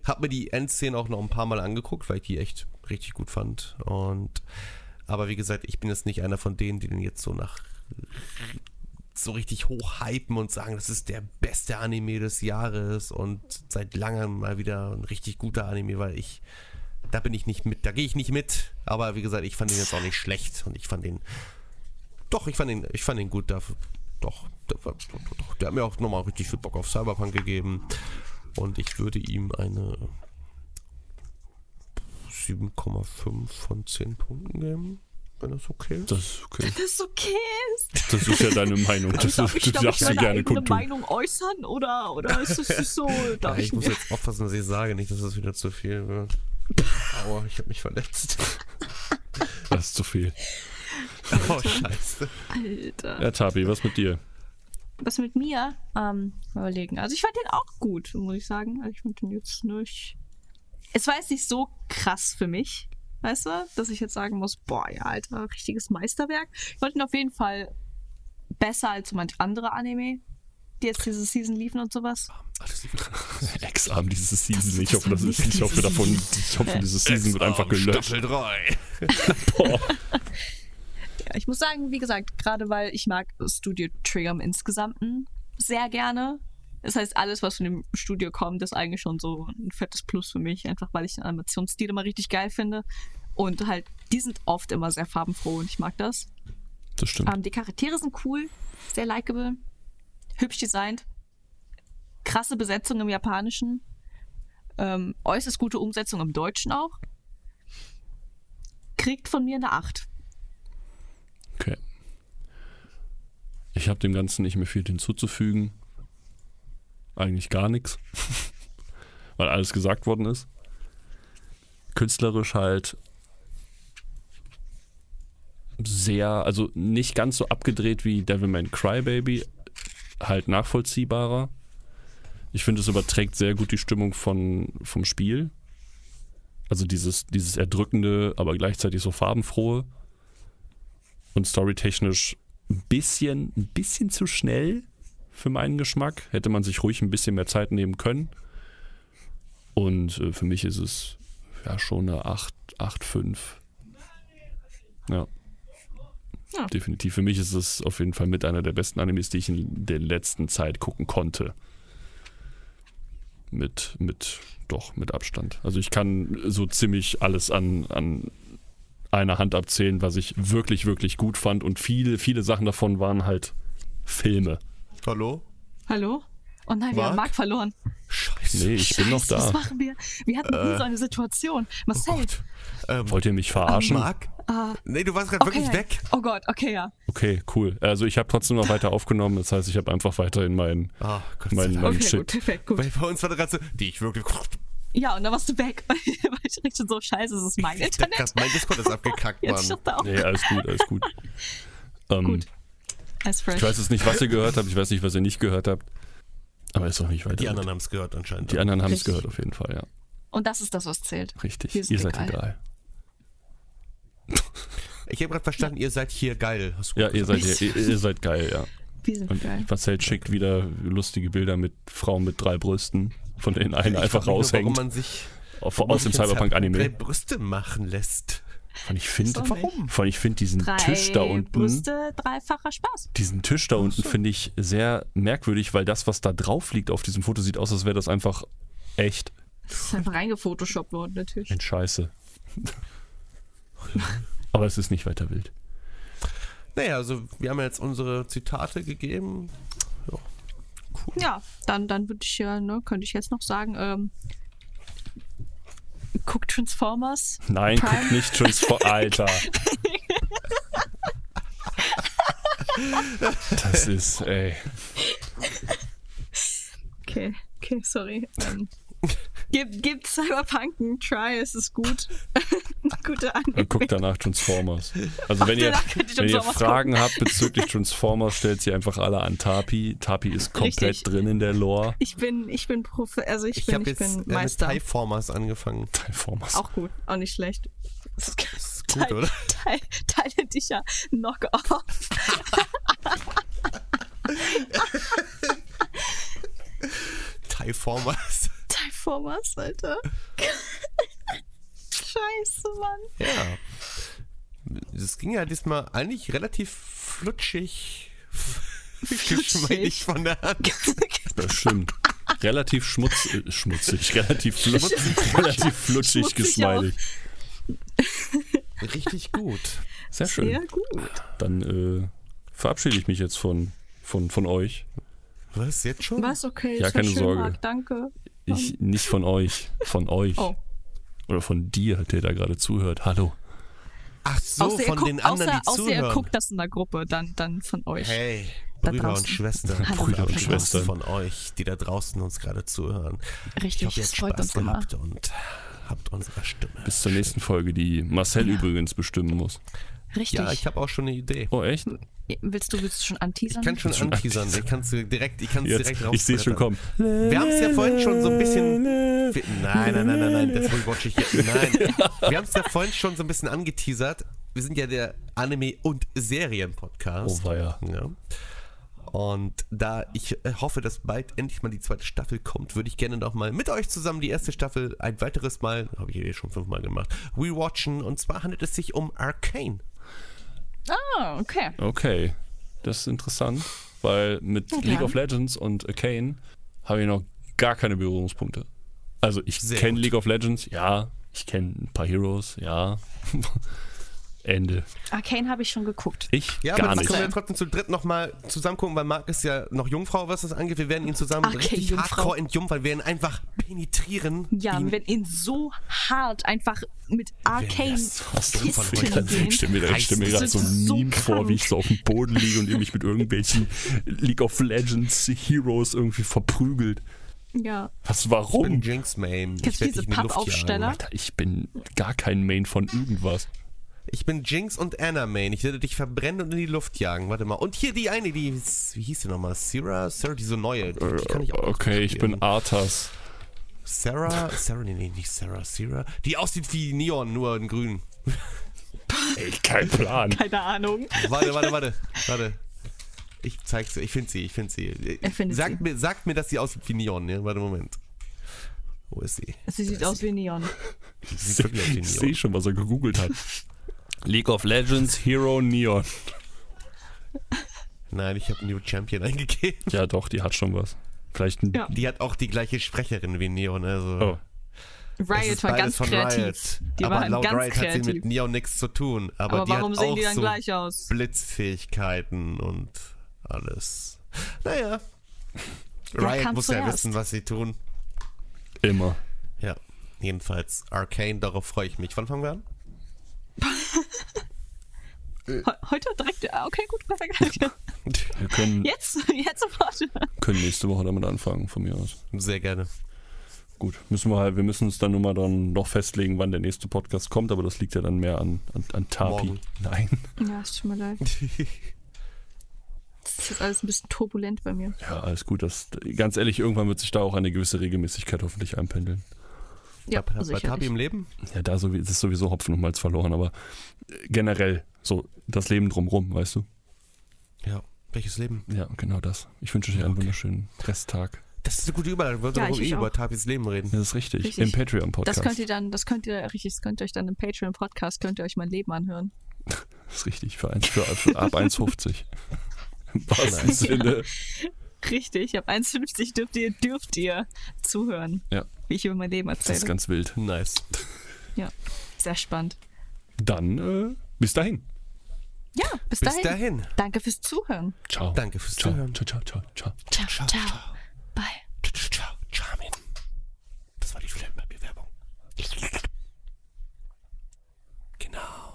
habe mir die Endszenen auch noch ein paar Mal angeguckt, weil ich die echt richtig gut fand. Und aber wie gesagt, ich bin jetzt nicht einer von denen, die den jetzt so nach so richtig hochhypen und sagen, das ist der beste Anime des Jahres und seit langem mal wieder ein richtig guter Anime, weil ich da bin ich nicht mit, da gehe ich nicht mit. Aber wie gesagt, ich fand ihn jetzt auch nicht schlecht und ich fand ihn doch, ich fand ihn, ich fand ihn gut dafür. Doch, der, war- doch, der hat mir auch nochmal richtig viel Bock auf Cyberpunk gegeben. Und ich würde ihm eine 7,5 von 10 Punkten geben, wenn das okay ist. Das ist okay. Das ist okay. Also Das ist ja deine Meinung. Das Darf ist, ich, du darf ich darfst du meine gerne eigene kundtun. Meinung äußern oder, oder ist das nicht so? Ja, Darf ich ich muss jetzt aufpassen, dass ich sage nicht, dass das wieder zu viel wird. Aua, ich habe mich verletzt. Das ist zu viel. Oh, scheiße. Alter. Ja, Tabi, was mit dir? Was mit mir? Ähm, mal überlegen. Also ich fand den auch gut, muss ich sagen. Also ich fand den jetzt nicht. Es war jetzt nicht so krass für mich, weißt du, dass ich jetzt sagen muss, boah, ja, Alter, richtiges Meisterwerk. Ich fand ihn auf jeden Fall besser als so manch andere Anime, die jetzt diese Season liefen und sowas. Ex-Arm diese Season. Das- ich hoffe, das ist, ich hoffe davon, ich hoffe, diese Season wird einfach gelöscht. Staffel 3. Ja, ich muss sagen, wie gesagt, gerade weil ich mag Studio Trigger im Insgesamten sehr gerne. Das heißt, alles, was von dem Studio kommt, ist eigentlich schon so ein fettes Plus für mich, einfach weil ich den Animationsstil immer richtig geil finde. Und halt, die sind oft immer sehr farbenfroh und ich mag das. Das stimmt. Ähm, die Charaktere sind cool, sehr likable, hübsch designt, krasse Besetzung im Japanischen, ähm, äußerst gute Umsetzung im Deutschen auch. Kriegt von mir eine 8. Okay. Ich habe dem Ganzen nicht mehr viel hinzuzufügen. Eigentlich gar nichts. Weil alles gesagt worden ist. Künstlerisch halt sehr, also nicht ganz so abgedreht wie Devilman Crybaby, halt nachvollziehbarer. Ich finde, es überträgt sehr gut die Stimmung von, vom Spiel. Also dieses, dieses erdrückende, aber gleichzeitig so farbenfrohe und storytechnisch ein bisschen, ein bisschen zu schnell für meinen Geschmack. Hätte man sich ruhig ein bisschen mehr Zeit nehmen können. Und äh, für mich ist es ja schon eine 8, 8 5. Ja. Ja. Definitiv. Für mich ist es auf jeden Fall mit einer der besten Animes, die ich in der letzten Zeit gucken konnte. Mit, mit, doch, mit Abstand. Also ich kann so ziemlich alles an, an einer Hand abzählen, was ich wirklich, wirklich gut fand. Und viele, viele Sachen davon waren halt Filme. Hallo? Hallo? Oh nein, wir haben Marc? Marc verloren. Scheiße. Nee, ich bin noch Scheiße, Was da. Äh. Oh machen wir? Wir hatten nie so eine Situation. Marcel. Wollt ihr mich verarschen? Marc? nee, du warst gerade okay. wirklich weg. Oh Gott, okay, ja. Okay, cool. Also ich habe trotzdem noch weiter aufgenommen. Das heißt, ich habe einfach weiterhin meinen, Ah, Gott sei meinen, Dank. meinen Okay, gut, Oh, Shit. perfekt, gut. Weil bei uns war das gerade so, die ich wirklich. Ja, und dann warst du weg. Weil ich richtig schon so scheiße, es ist mein Ich dachte Internet. grad, mein Discord ist abgekackt, Jetzt Mann. schon da auch. Nee, alles gut, alles gut. Ähm, Gut. Alles Ich fresh. weiß jetzt nicht, was ihr gehört habt. Ich weiß nicht, was ihr nicht gehört habt. Aber ist doch nicht weiter. Die gut. anderen haben es gehört anscheinend. Die anderen haben es Richtig. gehört auf jeden Fall, ja. Und das ist das, was zählt. Richtig. Wir sind Ihr seid egal. egal. Ich habe gerade verstanden, ihr seid hier geil. Hast du Ja, gut ihr seid, gesagt. ihr, ihr seid geil, ja. Wir sind Und halt geil. Marcel schickt wieder lustige Bilder mit Frauen mit drei Brüsten, von denen eine Ich einfach frag mich nur, Warum raushängt. man sich Auf, aus dem Cyberpunk-Anime. Brüste machen lässt. Und ich finde, Warum nicht? von ich finde diesen Drei Tisch da unten, Brüste, dreifacher Spaß. diesen Tisch da unten finde ich sehr merkwürdig, weil das, was da drauf liegt auf diesem Foto, sieht aus, als wäre das einfach echt Das ist einfach reingefotoshoppt worden, natürlich. ein Scheiße. Aber es ist nicht weiter wild. Naja, also wir haben ja jetzt unsere Zitate gegeben. Ja, dann, dann würde ich ja, ne, könnte ich jetzt noch sagen, ähm, guck Transformers. Nein, Prime. guck nicht Transform. Alter. Das ist, ey. Okay, okay, sorry. Ähm, gib, gib Cyberpunk einen Try, es ist gut. Gute Anime. Und guckt danach Transformers. Also wenn ihr, Danach könnt ihr wenn ihr Transformers Fragen habt bezüglich Transformers, stellt sie einfach alle an Tapi. Tapi ist komplett Richtig. drin in der Lore. Ich bin, ich bin Profi, also ich, Ich, bin, habe ich jetzt äh, bin mit Meister. Typeformers angefangen. Transformers. Auch gut, auch nicht schlecht. Das ist gut, oder? Teil, teile dich ja knock-off. Typeformers. Typhomers, Alter. Scheiße, Mann. Ja. Das ging ja diesmal eigentlich relativ flutschig. Geschmeidig von der Hand. Das stimmt. Relativ schmutz, äh, schmutzig, relativ, flut, relativ flutschig, Schmutzig geschmeidig. Richtig gut. Sehr schön. Sehr gut. Dann äh, verabschiede ich mich jetzt von, von, von euch. Was, jetzt schon? Was? Okay. Ja, Das war keine schön, Sorge. Marc, danke. Ich, nicht von euch, von euch. Oh. Oder von dir, der da gerade zuhört. Hallo. Ach so, außer von ihr den guckt, anderen, außer, die außer ihr zuhören. guckt das in der Gruppe, dann, dann von euch. Hey, Da Brüder draußen. und Schwestern. Hallo. Brüder und da draußen Schwestern. Von euch, die da draußen uns gerade zuhören. Ich Richtig, hoffe, ihr das habt freut uns Spaß immer. gehabt und habt unsere Stimme. Bis zur nächsten Folge, die Marcel übrigens bestimmen muss. Richtig. Ja, ich habe auch schon eine Idee. Oh, echt? willst, du, willst du schon Ich anteasern? kann schon anteasern. Ich kann es direkt, ich kann's direkt Jetzt, ich sehe schon rausbrettern. kommen. Wir haben es ja vorhin schon so ein bisschen. Wir, nein, nein, nein, nein, nein, das rewatch ich jetzt. Nein. Wir haben es ja vorhin schon so ein bisschen angeteasert. Wir sind ja der Anime- und Serien-Podcast. Oh, weia. Ja. Und da ich äh, hoffe, dass bald endlich mal die zweite Staffel kommt, würde ich gerne nochmal mit euch zusammen die erste Staffel ein weiteres Mal, habe ich eh schon fünfmal gemacht, rewatchen. Und zwar handelt es sich um Arcane. Ah, okay. Okay, das ist interessant, weil mit League of Legends und Arcane habe ich noch gar keine Berührungspunkte. Also ich Sehr kenne gut. League of Legends, ja. Ich kenne ein paar Heroes, ja. Ende. Arcane Ah, habe ich schon geguckt. Ich Ja, gar aber das nicht. können wir trotzdem zu dritt nochmal zusammen gucken, weil Marc ist ja noch Jungfrau, was das angeht. Wir werden ihn zusammen Okay, richtig Jungfrau. hardcore entjumpern. Wir werden einfach penetrieren. Ja, ihn wenn ihn so hart einfach mit Arcane das Was denn von Kisten euch? Ich gehen. stelle mir, da- ich stell mir Das gerade ist so ein so Meme vor, wie ich krank. so auf dem Boden liege und ihr mich mit irgendwelchen League of Legends Heroes irgendwie verprügelt. Ja, Was, Ich bin warum? Jinx Kennst Mame. Ich du werde diese dich in die Luft Pappaufsteller? jagen. Alter, ich bin gar kein Main von irgendwas. Ich bin Jinx und Anna Main. Ich werde dich verbrennen und in die Luft jagen. Warte mal. Und hier die eine, die, wie hieß sie nochmal? Sarah? Sarah, diese neue. Die, die kann ich auch. Äh, Okay, ich bin Arthas. Sarah? Sarah, nee, nee, nicht Sarah. Sarah? Die aussieht wie Neon, nur in grün. Ey, kein Plan. keine Ahnung. Warte, warte, warte. Warte. Ich zeig's dir. Ich finde sie, ich finde sie. Er findet sagt, sie. Mir, sagt mir, dass sie aussieht wie Neon. Ja, warte, Moment. Wo ist sie? Sie sieht aus wie Neon. Sie sieht wirklich aus wie Ich sehe Neon. schon, was er gegoogelt hat. League of Legends Hero Neon. Nein, ich habe New Champion eingegeben. Ja, doch, die hat schon was. Vielleicht ein. Ja. Die hat auch die gleiche Sprecherin wie Neon. Also. Oh. Es Riot ist war beides ganz von kreativ. Riot. Die aber waren laut ganz Riot hat sie kreativ. mit Neon nichts zu tun. Aber, Aber die warum hat sehen auch die dann so gleich aus? Blitzfähigkeiten und alles. Naja. Riot kam muss ja zuerst. wissen, was sie tun. Immer. Ja, jedenfalls Arcane, darauf freue ich mich. Wann fangen wir an? He- heute direkt. Ah, Okay, gut, perfekt. Wir können, Jetzt, jetzt sofort. können nächste Woche damit anfangen, von mir aus. Sehr gerne. Gut, müssen wir halt, wir müssen uns dann nur mal dann noch festlegen, wann der nächste Podcast kommt, aber das liegt ja dann mehr an, an, an Tapi. Morgen. Nein. Ja, es tut mir leid. Das ist jetzt alles ein bisschen turbulent bei mir. Ja, alles gut. Das, ganz ehrlich, irgendwann wird sich da auch eine gewisse Regelmäßigkeit hoffentlich einpendeln. Ja, Bei, bei Tabi sicherlich. im Leben? Ja, da sowie- es ist sowieso Hopfen und Malz verloren, aber äh, generell, so das Leben drumrum, weißt du? Ja. Welches Leben? Ja, genau das. Ich wünsche dir einen wunderschönen Resttag. Das ist eine gute Überleitung. Wir Ja, wollten ich- doch eh ich über auch. Tapis Leben reden. Das ist richtig. Richtig. Im Patreon-Podcast. Das könnt ihr dann, das könnt ihr richtig, das könnt ihr euch dann im Patreon-Podcast, könnt ihr euch mein Leben anhören. Das ist richtig, für, eins, für, für ab 1,50. Im wahrsten Sinne. Richtig, ab 1,50 dürft ihr, dürft ihr zuhören, Ja, wie ich über mein Leben das ist erzähle. ganz wild. Nice. Ja, sehr spannend. Dann äh, bis dahin. Ja, bis, Bis dahin. dahin. Danke fürs Zuhören. Ciao. Danke fürs ciao. Zuhören. Ciao, ciao, ciao, ciao. Ciao, ciao. Bye. Ciao, Charmin. Das war die Flammenbewerbung. Genau.